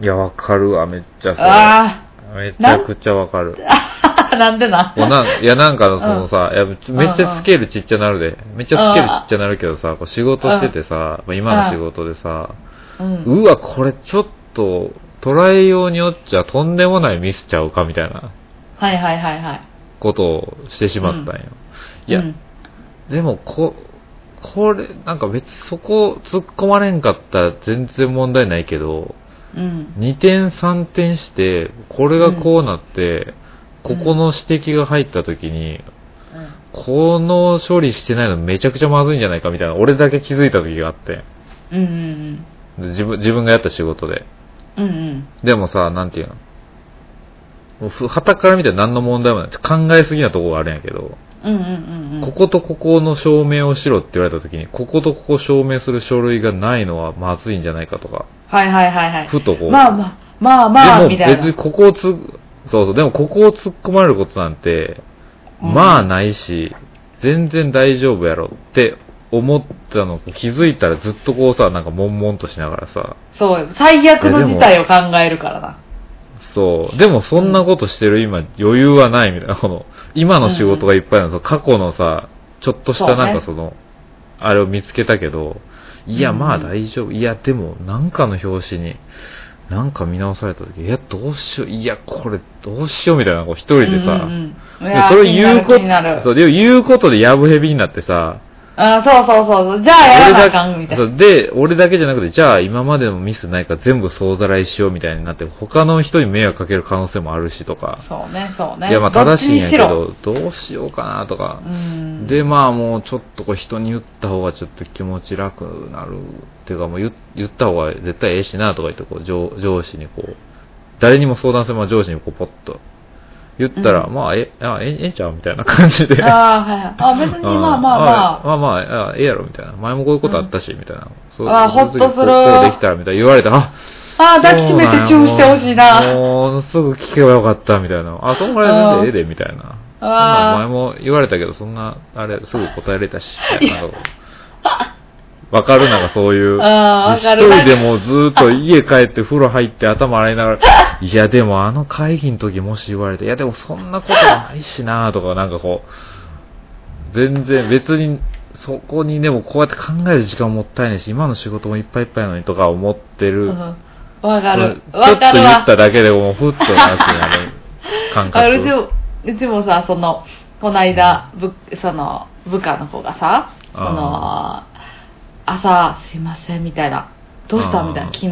いや、わかるわ、めっちゃあそれ。めちゃくちゃわかる。あ なんでなおなんいや、なんか、そのさ、いやめっちうんうゃんスケールちっちゃなるで。めっちゃスケールちっちゃなるけどさ、こう仕事しててさ、まあ今の仕事でさ、うんうわ、これちょっと、捉えようによっちゃとんでもないミスちゃうかみたいなはいはいはいはいことをしてしまったんよ。いやう、んでも、こ、これ、なんか別にそこ突っ込まれんかったら全然問題ないけど、うん2点3点して、これがこうなって、ここの指摘が入った時に、うんこの処理してないのめちゃくちゃまずいんじゃないかみたいな、俺だけ気づいた時があって。うんうんで自分、自分がやった仕事で。うんうんでもさ、なんていうのもうふ、旗から見て何の問題もない。考えすぎなとこがあるんやけど、うんうんうんうんこことここの証明をしろって言われた時に、こことここ証明する書類がないのはまずいんじゃないかとか、はいはいはいはいふとこう。まあまあまあまあでみもたい別なにここをつ、そうそう、でもここを突っ込まれることなんて、うんまあないし、全然大丈夫やろって思ったの、気づいたらずっとこうさ、なんか悶々としながらさ、そうよ最悪の事態を考えるからなそう、でもそんなことしてる今余裕はないみたいな、 この、今の仕事がいっぱいなの、その過去のさ、ちょっとしたなんかそその、あれを見つけたけど、いやうんまあ大丈夫、いやでもなんかの表紙に、なんか見直された時、いやどうしよう、いやこれどうしようみたいな、こう一人でさ、うんうんうんいでやそれを言うこ気になる気になと、るそう、でも言うことでやぶへびになってさ、あそうそうそうそうじゃあやらなあかんみたいそなうで、俺だけじゃなくて、じゃあ今までのミスないから全部総ざらいしようみたいになって、他の人に迷惑かける可能性もあるしとか、そうねそうねいやまあ正しいんやけどっど、どうしようかなとかちにしろう、んでまあもうちょっとこう人に言った方がちょっと気持ち楽になるっていうかもう言言った方が絶対ええしなとか言ってこう上上司にこう誰にも相談せんまま上司にこうポッと言ったら、うまあえあえええんちゃうみたいな感じでああはいはいあ別にまあまあまあまあまあ、あええやろみたいな。前もこういうことあったし、みたいな。そうあそういう時ほっとするこうこうできたらみたいな言われたあああ抱きしめてチュンしてほしいそうなんなやもうもうすぐ聞けばよかったみたいな。あ、そんぐらい全然ええで、みたいな。そんなあ前も言われたけど、そんな、あれ、すぐ答えれたし、みたいな。 わかるなんかそういう。あーわ一かる人でもずーっと家帰って風呂入って頭洗いながら、いやでもあの会議の時もし言われて、いやでもそんなことないしなーとかなんかこう、全然別にそこにでもこうやって考える時間もったいないし、今の仕事もいっぱいいっぱいなのにとか思ってうる。んわかるちょっわとかる言わっただけでもうふっとなんかあの感あ覚。うちもうちもさそのこないだぶその部下の子がさそのあ朝「すいません」みたいな「どうした?」あーみたいな昨日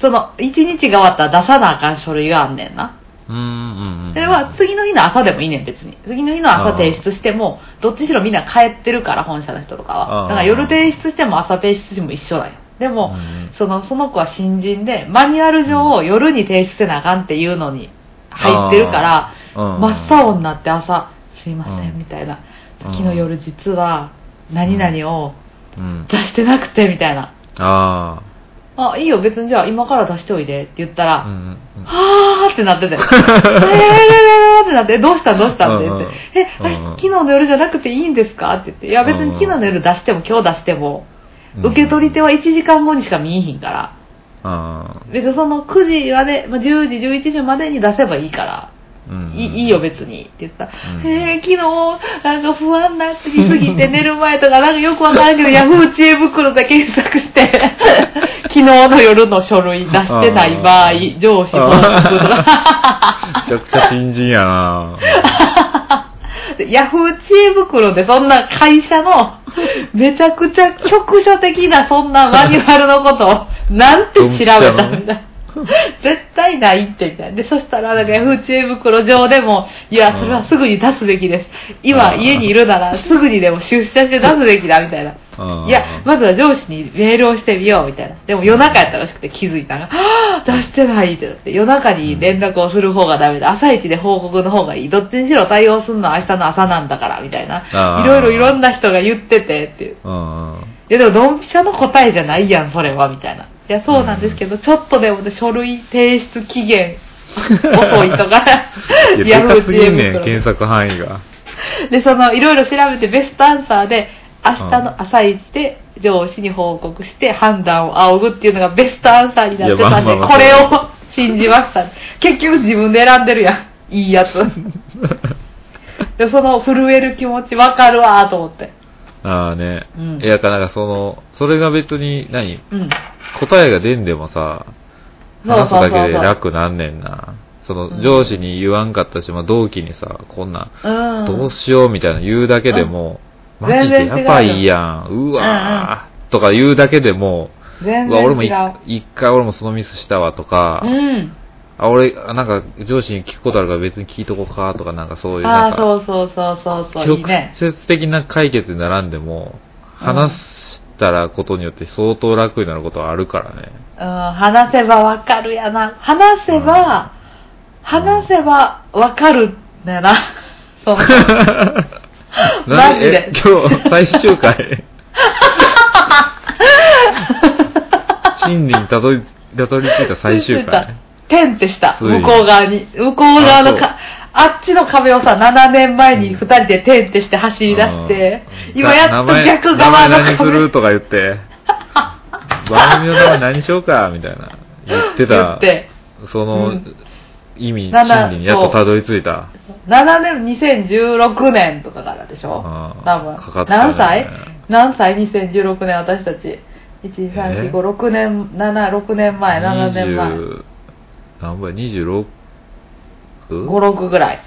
その一日が終わったら出さなあかん書類があんねんなうんうんうん。それは次の日の朝でもいいねん別に次の日の朝提出してもどっちにしろみんな帰ってるから本社の人とかはあーだから夜提出しても朝提出しても一緒だよでも、うんそのその子は新人でマニュアル上夜に提出せなあかんっていうのに入ってるからうん、真っ青になって朝「すいませうんん」みたいな「うん昨日夜実は何々をうん。出してなくて」みたいなあ「あいいよ別にじゃあ今から出しておいで」って言ったら「あ。うんうんうん。はあ」ってなって て「えーってなって「どうしたどうした?」って言ってうんうん「え私うんうん昨日の夜じゃなくていいんですか?」って言って「いや別に昨日の夜出しても今日出しても受け取り手は、は1時間後にしか見えひんから」ああ別にその9時まで、まあ、10時11時までに出せばいいから、うんいいいよ別にって言ったら、うんへえ昨日なんか不安になりすぎて寝る前とかなんかよくわからん けどヤフー知恵袋で検索して昨日の夜の書類出してない場あ合ー上司報告とかめちゃくちゃ新人やなヤフー知恵袋でそんな会 社のめちゃくちゃ局所的なそんなマニュアルのことをなんて調べたんだどんぴしゃの絶対ないってみたいな。で、そしたら、なんか Yahoo 知恵袋上でも、いや、それはすぐに出すべきです。今、うん家にいるなら、すぐにでも出社して出すべきだ、みたいな。うんいや、まずは上司にメールをしてみよう、みたいな。でも夜中やったらしくて気づいたら、はぁ出してないってなって、夜中に連絡をする方がダメだ。朝一で報告の方がいい。どっちにしろ対応するのは明日の朝なんだから、みたいあな。ーいろいろいろんな人が言ってて、っていう。うんうんいやでもドンピシャの答えじゃないやんそれはみたいないやそうなんですけど、ちょっとでもね書類提出期 限遅いとかい や、でかすぎんねん、 Yahoo 知恵検索範囲が。 袋でそのいろいろ調べてベストアンサーで明日の朝一で上司に報告して判断を仰ぐっていうのがベストアンサーになってたいんやまあでまあまあこれを信じました結局自分で選んでるやんいいやつでその震える気持ちわかるわーと思ってああね。うんいや、なんかその、それが別に、何うん答えが出んでもさ、そうそ話うそうすそうだけで楽なんねんな。その、上司に言わんかったし、まあ同期にさ、こんな、うんどうしようみたいな言うだけでも、うんマジで全然違やうばいやん、うわー、とか言うだけでも、全う然わ、違う俺もい一回俺もそのミスしたわとか、うんあ、俺、あなんか上司に聞くことあるから別に聞いとこうかとか、なんかそういうあなんあ、か、そうそうそうそうそう、いいね。直接的な解決にならんでも、うん話したらことによって相当楽になることはあるからね。うん、話せばわかるやな。話せば、話せばわかるんだよ な。そう。 マジでえ今日、最終 回。真理にたどり、たどり着いた最終回。ペンってした。ついに向こう側に。向こう側のか、あっちの壁をさ、7年前に2人でテンってして走り出して、うん今やっと逆名前側の何す壁るとか言って、番組の名前何しようかみたいな。言って言たっ、て、そうのん意味、なな真理にやっとたどり着いた。 7年、2016年とかからでしょうん多分。かかったね何歳何歳 ?2016 年私たち。1、2、3、4、え5、6年、7、6年前、7年前。5、 20何倍 ?26?5、 6ぐらい。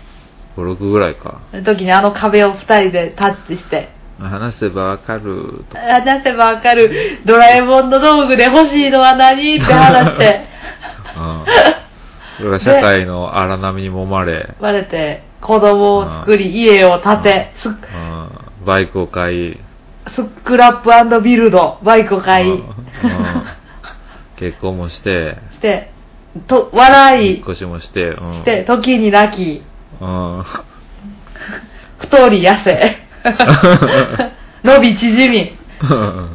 6ぐらいか。その時にあの壁を2人でタッチして、話せばわかるとか。話せばわかる、ドラえもんの道具で欲しいのは何って話 して、うん。それが社会の荒波に揉まれ、バレて、子供を作り、家を建て、スうん、バイクを買い、スクラップビルド、バイクを買ういん、うん結婚もして、 して、と、笑引っい、越しもして、うん、して、時に泣き、うん、太り痩せ、伸び縮み、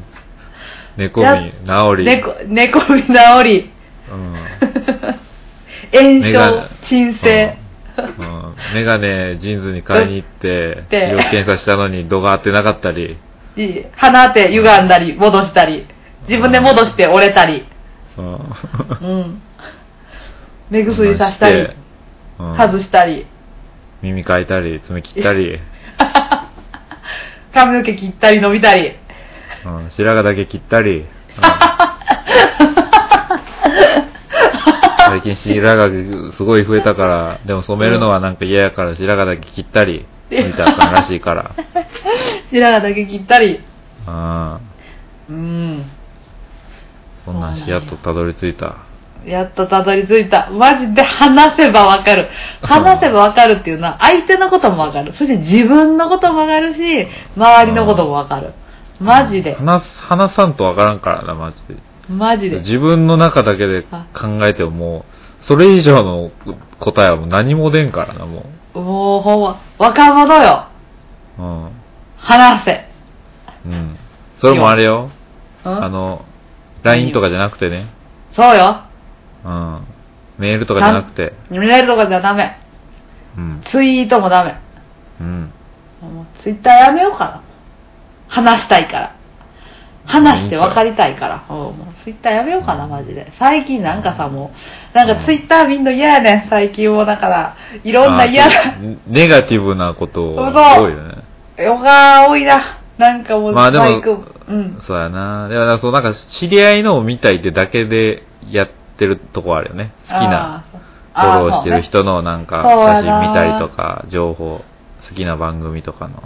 猫やみ、治り、猫、猫み治り、うん、 炎メガ症、鎮静、うんうんメガネ、ジーンズに買いに行って、で医療検査したのに度が合ってなかったり、い放て歪んだり、戻したり、自分で戻して折れたり、 うん、うん。目薬さしたり、うん外したり、耳かいたり、爪切ったり、髪の毛切ったり伸びたり、 うん、白髪だけ切ったり、うん最近白髪すごい増えたから、でも染めるのはなんか嫌やから白髪だけ切ったり、みたいな感らしいから。白髪だけ切ったり、うん。うん。そんなんしやっとたどり着いた。やっとたどり着いた。マジで話せばわかる。話せばわかるってい うのは、相手のこともわかる。そして自分のこともわかるし、周りのこともわかる。マジで。話す、話さんとわからんからな、マジで。マジで。自分の中だけで考えてももう、それ以上の答えはもう何も出んからな、ももうほんま、若者よ。う。話せ。うん。うん。それもあれよ。うんあの、LINE とかじゃなくてね。そうよ。うん。メールとかじゃなくて。メールとかじゃダメ。うん。ツイートもダメ。うん。もうツイッターやめようかな。話したいから。話して分かりたいから。うんもうツイッターやめようかな、マジで。最近なんかさ、もう、なんかツイッターみんな嫌やねん、最近も。だから、いろんな嫌あな、ーネガティブなことそう多いよね。よが多いな。なんかもう、まあでもバイクうん。そうやな。でもなんかそうなんか知り合いのを見たいってだけでやってるとこあるよね。好きな。フあー。ォローしてるあー。人のなんかそうね写真見たりとか、情報、好きな番組とかの。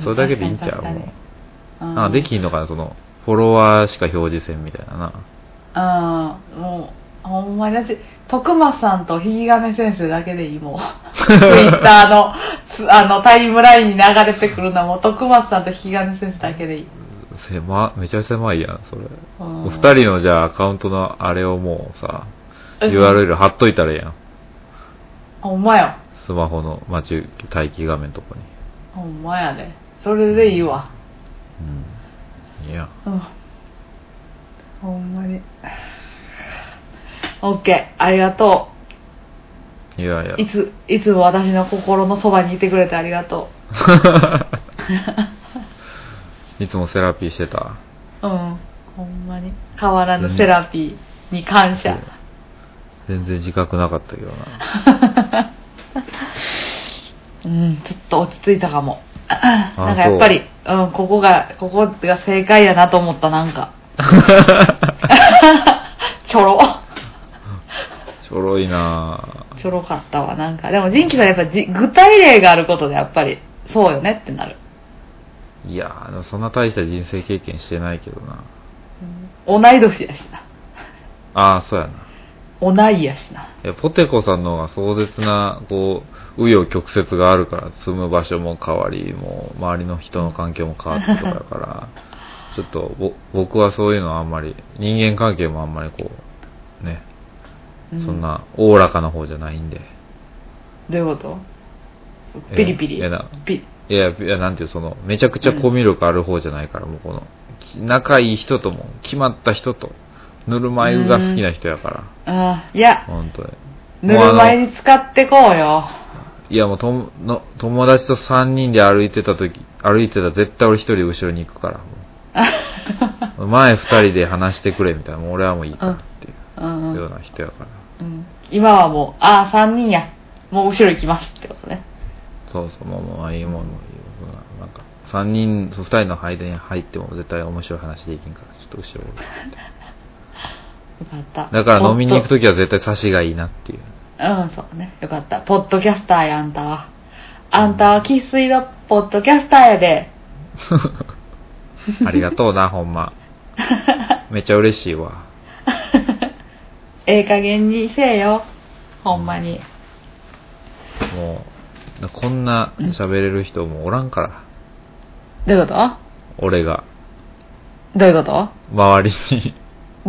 それだけでいいんちゃ確うかにもそううねなんかできんのかな、その、フォロワーしか表示せんみたいなな。うんうん。もう、ほんまに私、徳松さんとひき金先生だけでい い、もう。ツイッターの、つあの、タイムラインに流れてくるのはもう、徳松さんとひき金先生だけでいい。狭、めちゃ狭いやん、それ。うんお二人のじゃあアカウントのあれをもうさ、URL 貼っといたらええやん。ほんまよ。スマホの待ち受け待機画面とかに。ほんまやで。それでいいわ。うん。いや。うん。ほんまに。オッケー、ありがと。いやいういや。つ、いつも私の心のそばにいてくれてありがといつもセラピーしてた。う。うん。ほんまに。変わらぬセラピーに感謝。全然自覚なかったけどな。うん、ちょっと落ち着いたかも。なんかそうやっぱり、うん、ここが、ここが正解やなと思った、な んか。ちょろ。ちょろいなちょろかったわ、なんか。でも、ジンキさんやっぱじ具体例があることで、やっぱり、そうよねってなる。ぁいやーでもそんな大した人生経験してないけどな。同い年やしな。ああ、そうやな。おないやしな。いや、ポテコさんの方が壮絶な、こう、紆余曲折があるから、住む場所も変わり、もう、周りの人の環境も変わってとかだ から、ちょっとぼ、僕はそういうのはあんまり、人間関係もあんまりこう、ね、うそん。な、おおらかな方じゃないんで。どういうことえピリピリ。いやだピいや、いや、なんていう、その、めちゃくちゃコミュ力ある方じゃないから、もうこの、き仲いい人とも、決まった人と、ぬるま湯が好きな人やから、あいや、本当に。ぬもうあるのま湯に使ってこうよ。いやもうともの友達と3人で歩いてた時歩いてたら絶対俺1人後ろに行くからもう前2人で話してくれみたいなもう俺はもういいからっていううんうようんな人やからうん、今はもう、ああ、3人や。もう後ろ行きますってことね。そうそうもうもうああいうもんもういいよそんななんか3人そう2人の間に入っても絶対面白い話できんからちょっと後ろ置いてよかった。だから飲みに行くと時は絶対差しがいいなっていううん、そうね。よかった。ポッドキャスターや、あんたは。あんたは生粋のポッドキャスターやで。ありがとうなほんまめっちゃ嬉しいわええ加減にせえよ。ほんまに。もうこんな喋れる人もおらんからどういうこと俺がどういうこと周りに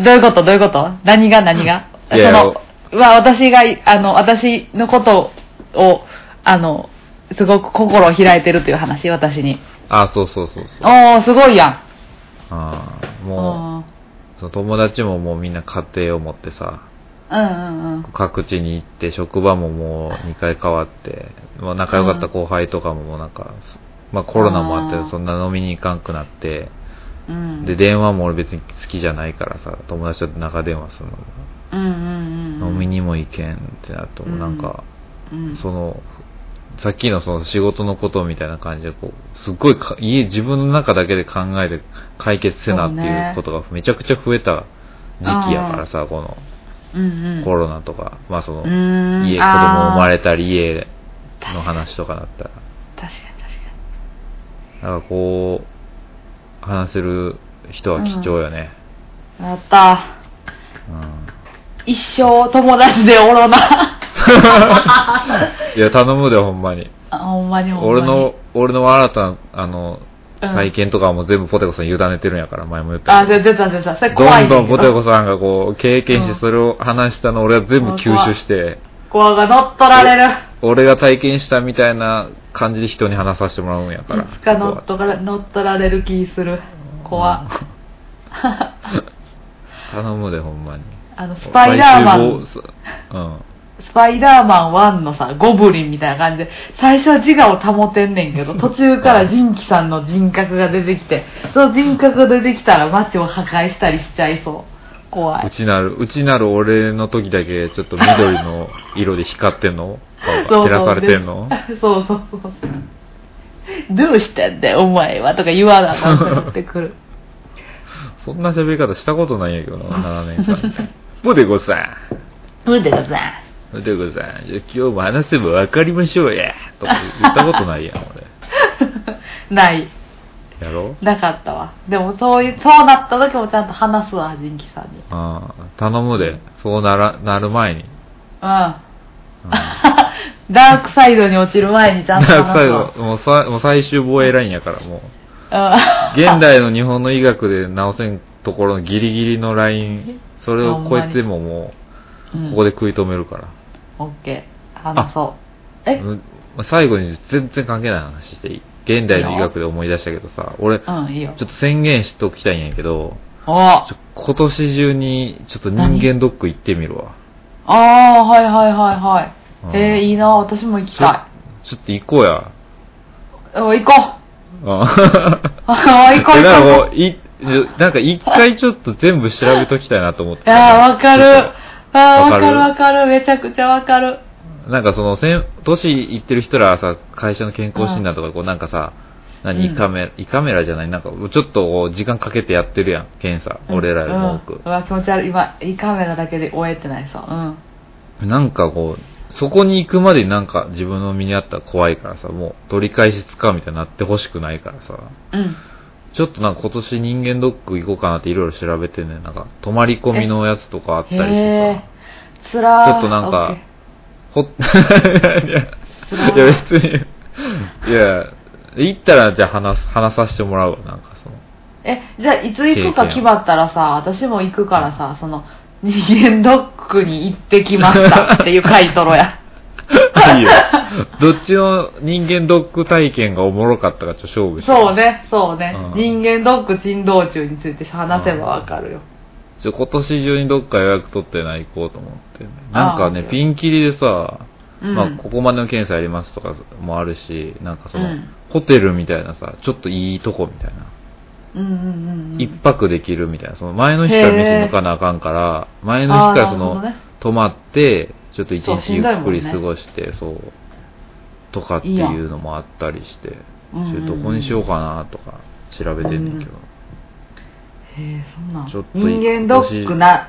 どういうことどういうこと何が何がいそやの、は私が、あの、私のことを、あの、すごく心を開いてるという話、私に。あ、そうそうそうそう。おー、すごいやん。あーうもん。うんう、その友達ももうみんな家庭を持ってさ、うんうん。各地に行って、職場ももう2回変わって、まあ、仲良かった後輩とかももうなんか、まあコロナもああって、ーそんな飲みに行かんくなって、うん。で、電話も俺別に好きじゃないからさ、友達と長電話するのも、うんうんうん。飲みにも行けんってなって、もうなんか、うん、その、さっきのその仕事のことみたいな感じで、こう、すっごいか家、自分の中だけで考えて解決せなってそういねうことがめちゃくちゃ増えた時期やからさ、このうんうん、コロナとか、まあその、う家、ーん子供あー生まれたり、家の確かに話とかだったら、確かに確かになんかこう、話せる人は貴重よね。やったうん。一生友達でおろな いや、頼むで、ほんまに。あほんまにほんま俺にの、俺の新たな、あの、うん体験とかはもう全部ポテコさん委ねてるんやから、前も言ったあけど出た出たそれ怖どいんどんポけテどコさんがこう、経験うんしてそれを話したのを俺は全部吸収して、怖が乗っ取られる俺が体験したみたいな感じで人に話させてもらうんやから。いつか乗っ取ら乗っ取られる気するう怖ん 頼むで、ほんまに。あのスパイダーマ最ン終防うん。スパイダーマン1のさ、ゴブリンみたいな感じで、最初は自我を保てんねんけど、途中からジンキさんの人格が出てきて、その人格が出てきたら街を破壊したりしちゃいそう。怖うい。ちなる、うちなる俺の時だけちょっと緑 の色で光ってんの顔が照らされてんので そうそうそう。どうしたんだよ、お前はとか言わなあかんくなって くる。そんな喋り方したことないんやけど な、7年間で。ポテコさん。無でござん。ポテコさん、じゃあ今日も話せば分かりましょうや。とか言ったことないやん、 俺。ない。やろなかったわ。でもそういう、そうなった時もちゃんと話すわ、ジンキさんに。ああ、頼むで。そうなら、なる前に。うん。うんダークサイドに落ちる前にちゃんとダーク話サすイわド、。もうさもう最終防衛ラインやから、もう。うん現代の日本の医学で治せんところのギリギリのライン、それを超えてももう、ここで食い止めるから。オッケー話そうえうん最後に全然関係ない話していい現代の医学で思い出したけどさ、俺、ちょうんいいよっと宣言しときたいんやけど、おあちょ今年中にちょっと人間ドック行ってみるわ。あーはいはいはいはい、うんえー、いいな私も行きちょたちょっと行こうや。いお行こう ああー行こうえなん行こかこう、い、なんか一回ちょっと全部調べときたいなと思ってういやーわかるあーわかわるかるわかるめちゃくちゃわかるなんかその、せん年行ってる人らはさ、会社の健康診断とか、こうなんかさ、何、うん胃カメラ、胃カメラじゃないなんか、ちょっとこう時間かけてやってるやん、検査。俺らよりも多うんくう。わ気持ち悪い今いいカメラだけで終えてないさうんなんかこう、そこに行くまでなんか自分の身にあったら怖いからさ、もう取り返しつかうみたいになってほしくないからさ、うんちょっとなんか今年人間ドック行こうかなっていろいろ調べてね、なんか泊まり込みのやつとかあったりしてへさ、つらーちょっとなんかオッケほっ、 いや、つらーいや別に、いや、行ったらじゃあ話す、話させてもらうわ、なんか その。ーえじゃあいつ行くか経験決まったらさ私も行くからさその人間ドックに行ってきま したっていう回取ろうやいいよ。どっちの人間ドック体験がおもろかったかちょっと勝負して。そう。ねそうね、うん人間ドック珍道中について話せばわかるよ、ちょ、今年中にどっか予約取ってない行こうと思って、ね。なんかね、あーピンキリでさ、うん、まあ、ここまでの検査やりますとかもあるし、なんかその、うんホテルみたいなさ、ちょっといいとこみたいな。うんうんうんうん一泊できるみたいな。その前の日から飯抜かなあかんから、前の日からそあーなの、るほどね泊まって、ちょっと一そう日しゆんどいっもくんねり過ごして、そうとかっていうのもあったりして、うんうんうんそれどこにしようかなとか調べてんねんけど。へえそんなんちょっと人間ドックなっ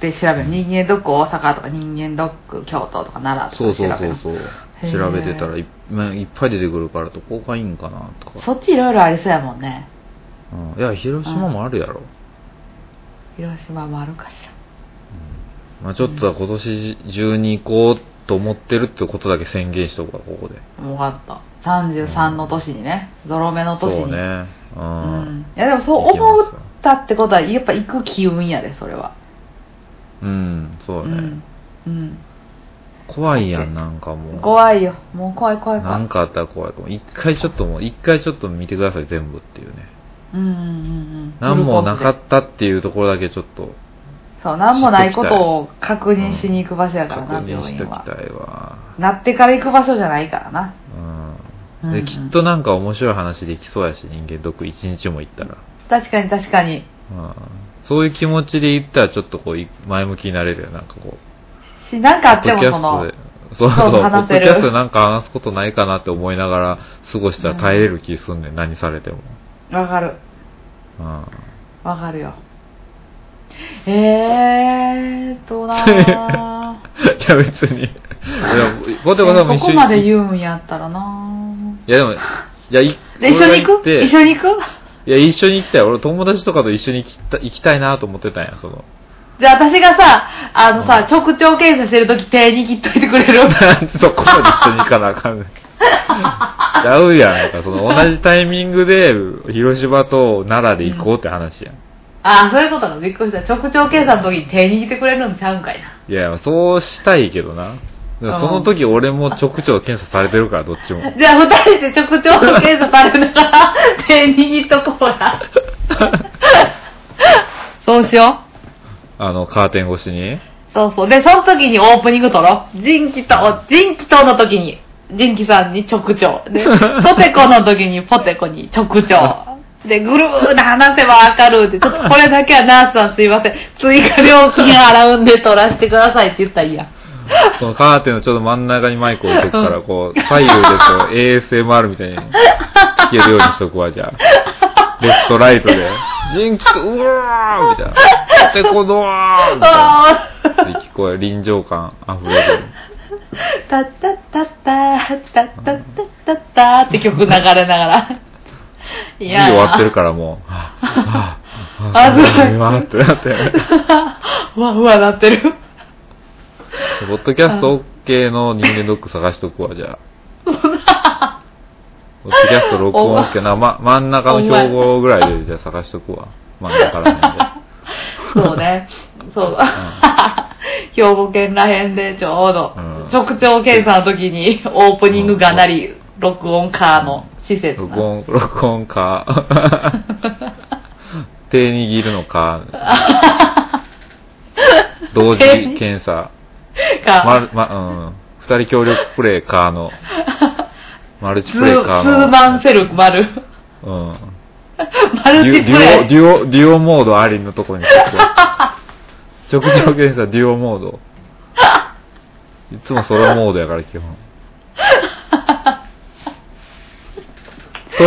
て調べる人間ドック大阪とか人間ドック京都とか奈そ良うとかそう調そべるうそうへ。ー調べてたらい,、まあいっぱい出てくるからどこがいいんかなとか。そっちいろいろありそうやもんねうん、いや、広島もあるやろ。広島もあるかしまあちょっとは今年中に行こうと思ってるってことだけ宣言しとこうか、ここで。ら分かった33の年にね泥目のそう年にね。う。うんんいやでもそう思ったってことはやっぱ行く機運やでそれはうん、そううね。ん、うん、怖いやん、なんかもう。怖いよもう怖い怖い怖ないんかあったら怖いかも。一回ちょっともう、一回ちょっと見てください、全部っていうね。うんうんうんうんなんもなかったっていうところだけちょっとそうなんもないことを確認しに行く場所やから確な、認病し院ときはたいわ。なってから行く場所じゃないからな。う。うんんうで、んきっとなんか面白い話できそうやし、人間ドック一日も行ったら。確かに確かに。うん。そういう気持ちで行ったらちょっとこうい、前向きになれるよ、なんかこう。し、なんかあってポッドキャもそスの、トで。そうそう、ポそうッ話ドキせるャストでなんか話すことないかなって思いながら過ごしたら耐えれる気すんねん、何されても。わかる。うん。 わかるよ。えーっとなぁ。いや別に。いや、 ポテコさんもそ一緒こに。までい言うんやったらなぁ。やでも、いや、いで、一緒に行俺が行くって一緒に行くいや、一緒に行きたい。俺友達とかと一緒に行きた行きたいなと思ってたんや、その。 じゃあ私がさ、あのうんさ、直腸検査してるとき手握っといてくれ るなんでそこまで一緒に行かなあかんねん。ちゃうやんか。その同じタイミングで、広島と奈良で行こうって話やん。ああ、そういうことか。びっくりした。直腸検査のときに手握ってくれるんちゃうんかいいな。や、そうしたいけどな。でもその時俺も直腸検査されてるから、どっちも。じゃあ二人で直腸の検査されるなら、手握っとこうや。そうしよう。あの、カーテン越しに。そうそう。で、その時にオープニング撮ろう。人気と、人気との時に、人気さんに直腸。で、ポテコの時にポテコに直腸。で、ぐるーっと話せばわかるって、ちょっとこれだけはナースさんすいません。追加料金払うんで撮らせてくださいって言ったらいいやん。そのカーテンのちょうど真ん中にマイク置いてくから、こう、左右でこう、ASMR みたいに聞けるようにしとくわ、じゃあ。レフトライトで。人気と、うわーみたいな。で、このわーみたあーいな。で、聞こえ、臨場感溢れる。タッタッタッター、タッタッタッタッターって曲流れながら。いいやー終わってるからもう、はぁ、はぁ、はあそうぁ、はぁ、ってなって。ふわふわなってる。 ポッドキャスト OK の人間ドック探しとくわ、じゃあ。ポッドキャスト録音 OK な、ま、真ん中の標語ぐらいで、じゃあ探しとくわ。真ん中ら辺で。そうね。そう。兵庫県らへんでちょうどうん、直腸検査の時にオープニングがなり、録音カーの施設 録な。音、録音か。手握るのか。同時検査。まか、る、ま、うん。二人協力プレイかの。マルチツーツプレイかの。ーマンセル丸。うん。マルデチュデプュオ、レデイ。ュオ、デュオモードありのと こにしてくれ。直腸検査、デュオモード。いつもソロモードやから、基本。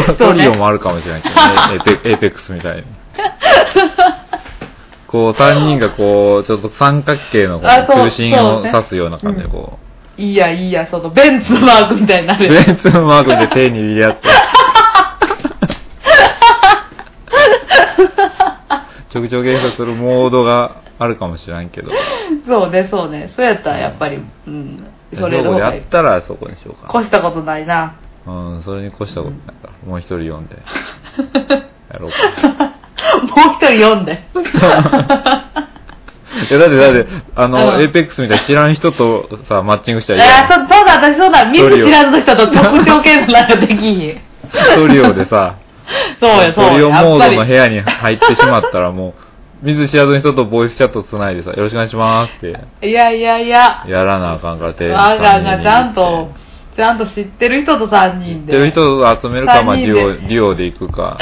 トトリオもあるかもしれないけどね、エペエーペックスみたいに。こう、三人がこう、ちょっと三角形のこあそうう中心をそうね指すような感じで、こいいや、いいや、その、ベンツマークみたいになう、る。ベンツのマークで手に入れ合って。直腸検査するモードがあるかもしらんけど。そうね、そうね。そうやったらやっぱり、うん。それの方やがいいっ。たらそこにしようか越したことないな。な。うん、それに越したことないから。もう一人呼んで。やろう か。もう一人読んで。いや、だってだって、あの、うんエイペックスみたいに知らん人とさ、マッチングしたあらーそそうだ、私そうだ、見一人をず知らずの人と直情検査なんかできひん。トリオでさ、そうよ、そうよ。トリオモードの部や屋っに入ってしまったらも う、見ず知らずの人とボイスチャットつないでさ、よろしくお願いしますって、ぱりいやいやいや。やらなあかんから、テレビ我ががちゃんと、ちゃんと知ってる人と3知っ人で。てる人を集めるか、まあ、デ三ュ人でオ、デュオで行く か。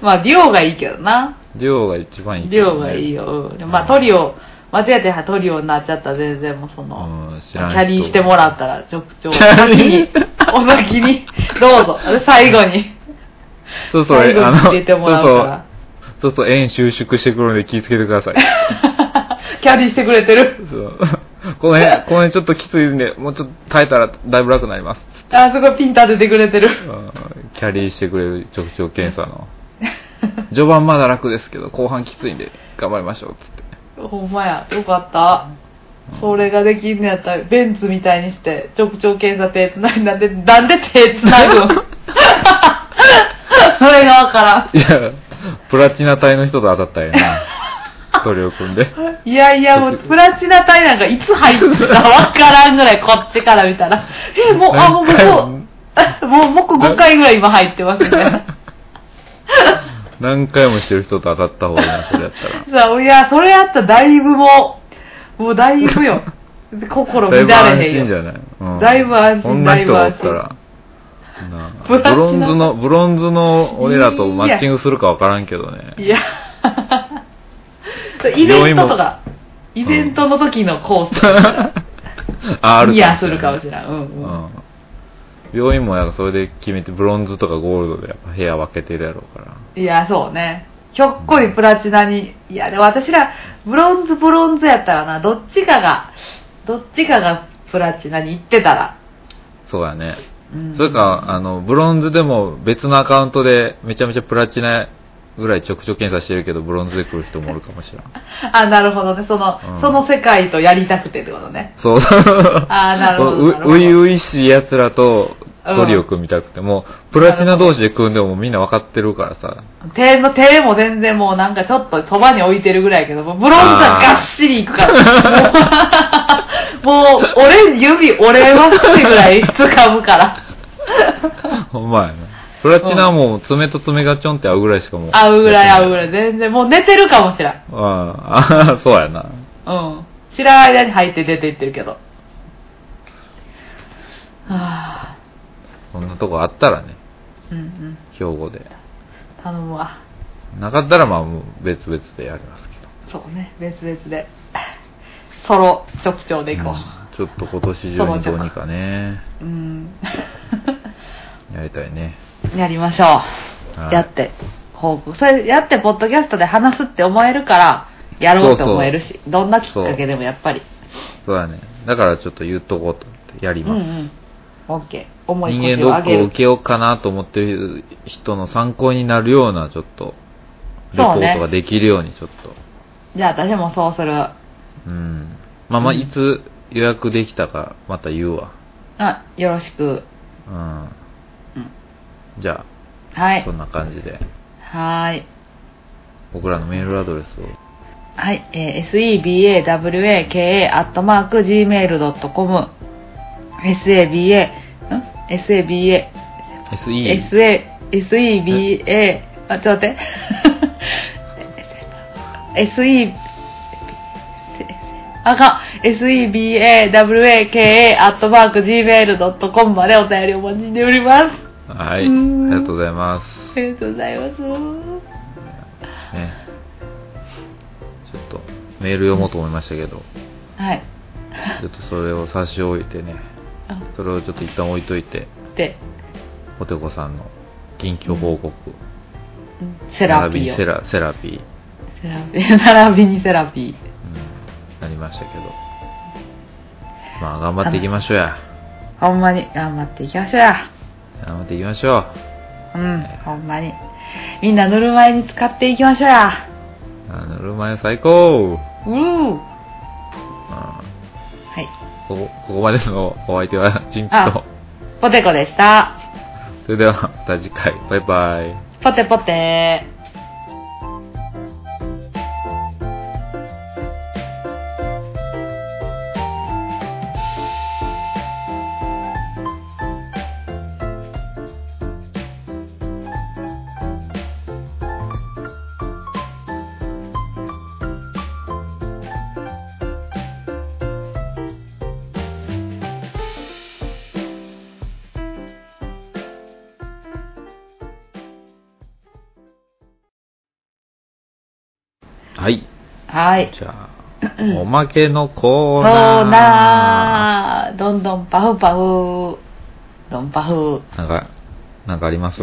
まあ、デュオがいいけどな。デュオが一番いいけデどね。ュオがいいよ。うん、まあ、トリオ、間違えてトリオになっちゃったら全然もうその、うん、知キらん人ャリーしてもらったら、直調。おキャ先リーに、お先に、ど うぞ。最後に。そうそう、最後にあの、入れてもらうからそうそう、そうそう、円収縮してくるので気をつけてください。キャリーしてくれてる。そう この辺、この辺ちょっときついんで、もうちょっと耐えたらだいぶ楽になります。あ、すごいピン立ててくれてる。うんキャリーしてくれる直腸検査の。序盤まだ楽ですけど、後半きついんで頑張りましょう、つって。 ほんまや、よかった。それができんのやったら、ベンツみたいにして、直腸検査手つないだんで、なんで手つなぐん それがわからん。いや、プラチナ隊の人と当たったらええな。トリオ組んで。いやいや、もうプラチナ体なんかいつ入ってたかわからんぐらい、こっちから見たら。え、もう、あ、もう何回ももう、 もう、もう5回ぐらい今入ってますね。 何回もしてる人と当たった方がいいな、それやったら。そういや、それやったらだいぶもう、もうだいぶよ。 心だいぶ乱安れへ心んじよ。ゃない、うん、だいぶ安心こんな人がおっただらなあブラキナブロンズのブロンズの俺らとマッチングするかわからんけどいねや、そうイベントとか、イベントの時のコースとか、ああるニアするかもしい、れない。うんううんん、病院もなんかそれで決めてブロンズとかゴールドでやっぱ部屋分けてるやろうからいや、そうね。ひょっこりプラチナに。いや、でも私ら、ブロンズブロンズやったらな、どっちかが、どっちかがプラチナに行ってたら。そうやね、うんそれかあのブロンズでも別のアカウントでめちゃめちゃプラチナぐらい直腸検査してるけどブロンズで来る人もおるかもしれんあ、なるほどね。その、うんその世界とやりたくてってことね。そう。あーなるほど うなるほど初々しい奴らとトリオ組みたくて、もう、プラチナ同士で組んでもみんな分かってるからさ。手の、手も全然もうなんかちょっとそばに置いてるぐらいやけど、もうブロンズはがっしりいくから。もう、もう俺、指折れますぐらい掴むから。ほんまやな。プラチナはもう爪と爪がちょんって合うぐらいしかもう。合うぐらい合うぐらい。い。全然、もう寝てるかもしれん。あああー、そうやな。うん。知らない間に入って出て行ってるけど。はあ、そんなとこあったらね、うんうん。兵庫で。頼むわ。なかったらまあもう別々でやりますけど。そうね、別々で。ソロ直腸で行こうんちょっと今年中にどうにか ね、う。うん。やりたいね。やりましょう。はいやって、報告。それやって、ポッドキャストで話すって思えるから、やろうと思えるし、どんなきっかけでもやっぱり。そうだね。だからちょっと言っとこうと思って、やりうんうます。ん。オッケー。思い人越間しドを上ッげクをる受。けようかなと思ってる人の参考になるようなちょっとレポそうねートができるようにちょっとう,、じゃあ私もそうする。あ、んまあまあうんいつ予約できたかまた言うわよろしく。うん、うんじゃはあいそ。んな感じではーい。僕らのメールアドレスをはい、えー、sebawaka.gmail.com saba, ん ?saba, SE sa, seba, あ、ちょっと待って。se, あかん。sebawaka.gmail.com までお便りお待ちしております。はいあうんりがとうございまありがとうございます。すねちょっとメール読もうと思いましたけどはい。ちょっとそれを差し置いてねあそれをちょっと一旦置いといてで、おてこさんの近況報告、うんセラピー並を。びにセラセラピー、セラピー。 並びにセラピー。うん、なりましたけどまあ頑張っていきましょうやほんまに頑張っていきましょうや。頑張っていきましょううん、ほんまに。みんなぬるま湯に使っていきましょうや。うあぬるま湯最高うーあはい。ーここここまでのお相手は、チンチとあ。ポテコでした。それでは、また次回。バイバイ。ポテポテはい。はい。じゃあ、おまけのココーーナー。ナーどんどんパフパフどんパフなんか、なんかあります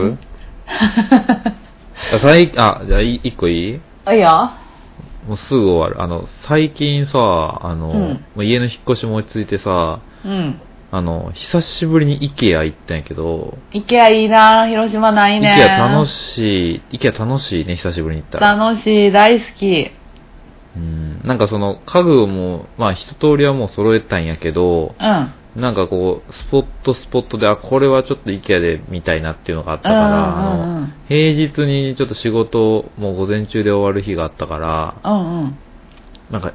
あ 最あ、じゃあ、い一個いいあいいよもうすぐ終わる。あの、最近さ、あの、うんもう家の引っ越しも落ち着いてさ、うんあの、久しぶりに IKEA 行ったんやけど、イケアいいな広島ないね IKEA 楽しい、IKEA 楽しいね、久しぶりに行ったら。楽しい大好きうん、なんかその、家具も、まあ一通りはもう揃えたんやけど、うんなんかこう、スポットスポットで、あ、これはちょっと IKEA で見たいなっていうのがあったから、あうの、ん平日にちょっと仕事もう午前中で終わる日があったから、うんうんうんなんか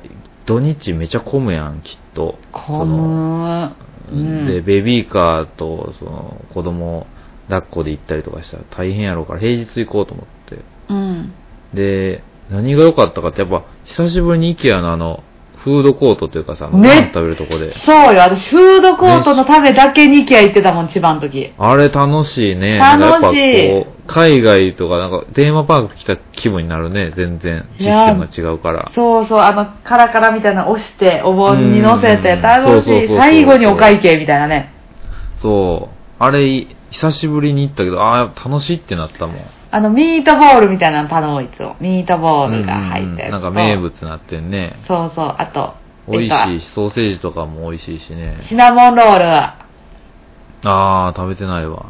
土日めちゃ混むやん、きっと。こむうんで、ベビーカーとその子供抱っこで行ったりとかしたら大変やろうから平日行こうと思って。うんで、何が良かったかってやっぱ久しぶりに IKEA のあの、フードコートというかさ、あのごね飯食べるとこで。そうよ私フードコートのためだけにイケア行ってたもん千葉の時あれ楽しいね。楽しいなんかやっぱこう、海外とかなんかテーマパーク来た気分になるね、全然。シスいテやムが違うから。そうそうあのカラカラみたいなの押してお盆に乗せうてん楽しそうそうそういそう最後にお会計みたいなねそう。あれ、久しぶりに行ったけど、ああ、楽しいってなったもん。あの、ミートボールみたいなの頼む、いつも。ミートボールが入ったうやつとんうんうんなんか名。物なってんね。そうそう。あと、美え味っしいし、ソーセージとかも美味しいしとね。シナモンロールは、ああ、食べてないわ。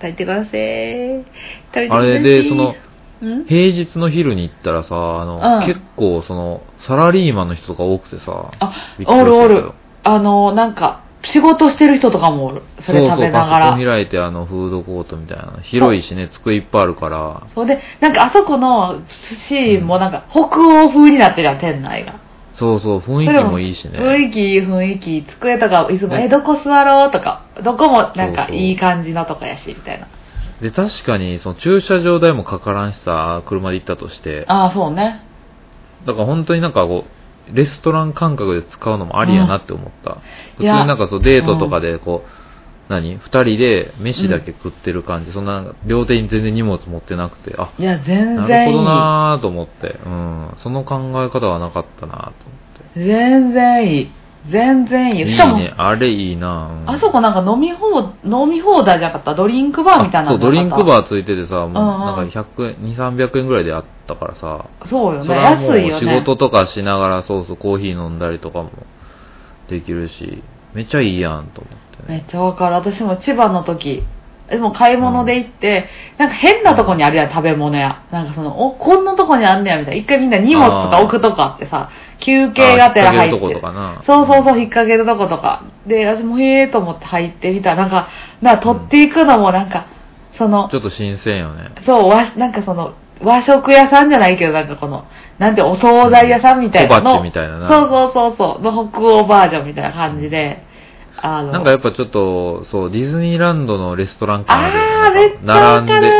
食べてください。食べてください。あれで、その、うん、平日の昼に行ったらさ、あの、うん結構、その、サラリーマンの人とか多くてさ、あ、びっくりしたけどおるおるあの、なんか、仕事してる人とかもおる。それ食べながそうそう、パソコら。ン開いて、あの、フードコートみたいな。広いしね、机いっぱいあるから。そうで、なんかあそこの寿司もなんか北欧風になってるじゃん、店内が。そうそう、雰囲気もいいし雰ね。囲気いい雰囲気、机とか椅子も、ねえ、どこ座ろうとか、どこもなんかそうそういい感じのとこやし、みたいな。で、確かに、その、駐車場代もかからんしさ、車で行ったとして。ああ、そうね。だから本当になんかこう、レストラン感覚で使うのもありやなって思った。普通うんになんかそうデートとかでこう、何二人で飯だけ食ってる感じ。そんななんか両手に全然荷物持ってなくて、あ、いや、全な然るいほどい。なぁと思って、うん。その考え方はなかったなぁと思って。全然いい全然いいしかもいいね、あれいいなぁ、うんあそこなんか飲み放飲み放題じゃなかったドリンクバーみたいなそう、ドリンクーバーついててさ、もううんうなんんか100円、2、300円ぐらいであったからさ、そうよそねれはも安いよう仕ね事とかしながら、そうそう、コーヒー飲んだりとかもできるし、めっちゃいいやんと思ってめね。っちゃわかる私も千葉の時でも買い物で行って、なんか変なとこにあるやん、食べ物や。なんかその、お、こんなとこにあんねや、みたいな。一回みんな荷物とか置くとかあってさ、休憩がてら入あー引っ掛けるとこってと。かな。そうそうそう、引っ掛けるとことか。で、私もへえと思って入ってみたら、なんか、なんか取っていくのもなんか、その、ちょっと新鮮よね。そう、和、なんかその、和食屋さんじゃないけど、なんかこの、なんて、お惣菜屋さんみたい小な鉢の。みたいなな。そうそうそうそう、の北欧バージョンみたいな感じで、あの、なんかやっぱちょっと、そう、ディズニーランドのレストラン感あー、あるめよっねちゃわかる。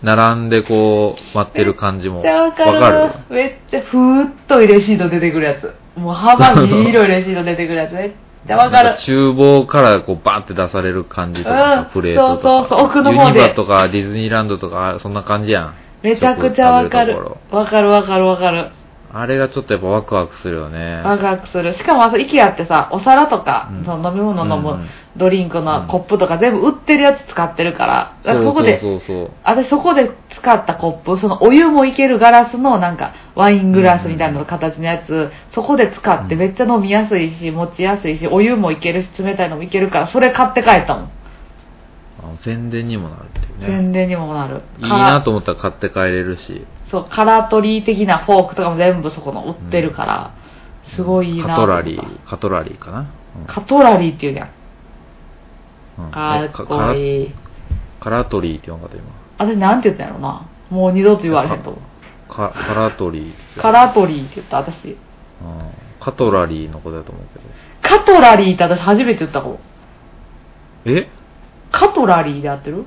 並んでこう、待ってる感じめも。っちゃわかるわかめっちゃ、ふーっとレシート出てくるやつ。もう幅に色レシート出てくるやつ。めっちゃわかなんる。厨房からこうバーって出される感じとか、うんプレートとか。そうそうそう奥の方でユニバとかディズニーランドとか、そんな感じやん。めちゃくちゃわかる食べるとこ。わかるわかるわかる。あれがちょっとやっぱワクワクするよね。ワクワクする。しかもあそこ、イケアってさ、お皿とか、うんその飲み物飲む、うんうんドリンクのコップとか全部売ってるやつ使ってるから、だからそこで、そうそうそう私そこで使ったコップ、そのお湯もいけるガラスのなんかワイングラスみたいな形のやつ、そこで使ってうんめっちゃ飲みやすいし、持ちやすいし、お湯もいけるし、冷たいのもいけるから、それ買って帰ったもん。あ宣伝にもなるっていうね。宣伝にもなる。いいなと思ったら買って帰れるし。そう、カラートリー的なフォークとかも全部そこの売ってるから、すごいいいなカとト思ラったリー、カトラリーかな。うんカトラリーっていうじゃん。うんあー、えかかっこいい。カラトリーって読んだ今。私なんて言ったんやろな。もう二度と言われへんと思う。かカラトリー。カラトリーって言ったう私。んカトラリーのことだと思うけど。カトラリーって私初めて言ったかも。えカトラリーで合ってる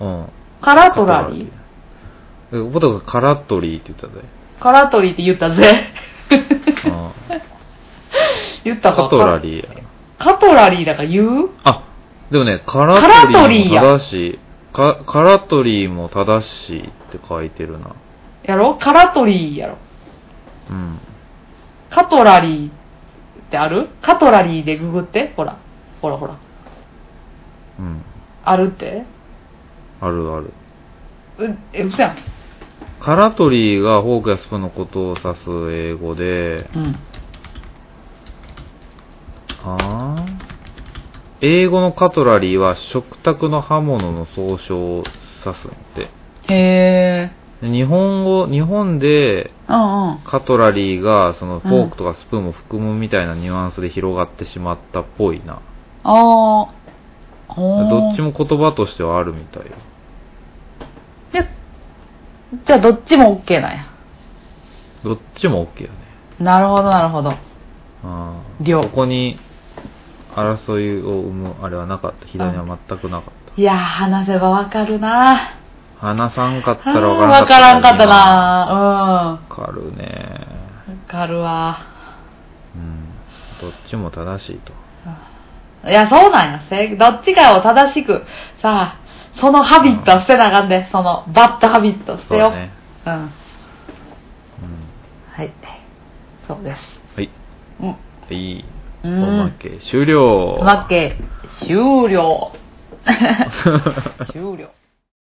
うん。カラトラカトラリーリーえ、ポテコさんカラトリーって言 ったで。カラトリーって言っ たぜ。うん言ったかカトラリーや。カトラリーだから言うあ、でもね、カラカラトトリリーーやも正しい。かカラトリーも正しいって書いてるな。やろカラトリーやろ。うん。カトラリーってあるカトラリーでググって。ほら。ほらほら。うん。あるってあるある。うえ、嘘やん。カラトリーがフォークやスプーンのことを指す英語で、うん。あー英語のカトラリーは食卓の刃物の総称を指すんでへえ。で日本語、日本でうんうん。カトラリーがそのフォークとかスプーンを含むみたいなニュアンスで広がってしまったっぽいな。ああ。ほーどっち。も言葉としてはあるみたいよ。でじゃあどっちも OK なんや。どっちも OK だね。なるほど、なるほど。あー両そこに争いを生むあれはなかった。左は全くなかった。いやー、話せばわかるな話さんかったらあーわわかかららんんかかっったたな。なわかるね。うん。わかるわ。うん。どっちも正しいと。いや、そうなんや。せどっちかを正しく、さあ、そのハビットは捨てなあかんで、そのバッドハビット捨そてうよだう。ね。うん。うん。はい。そうです。はい。うん。はい。おうんま け終了。負け、終了。終了。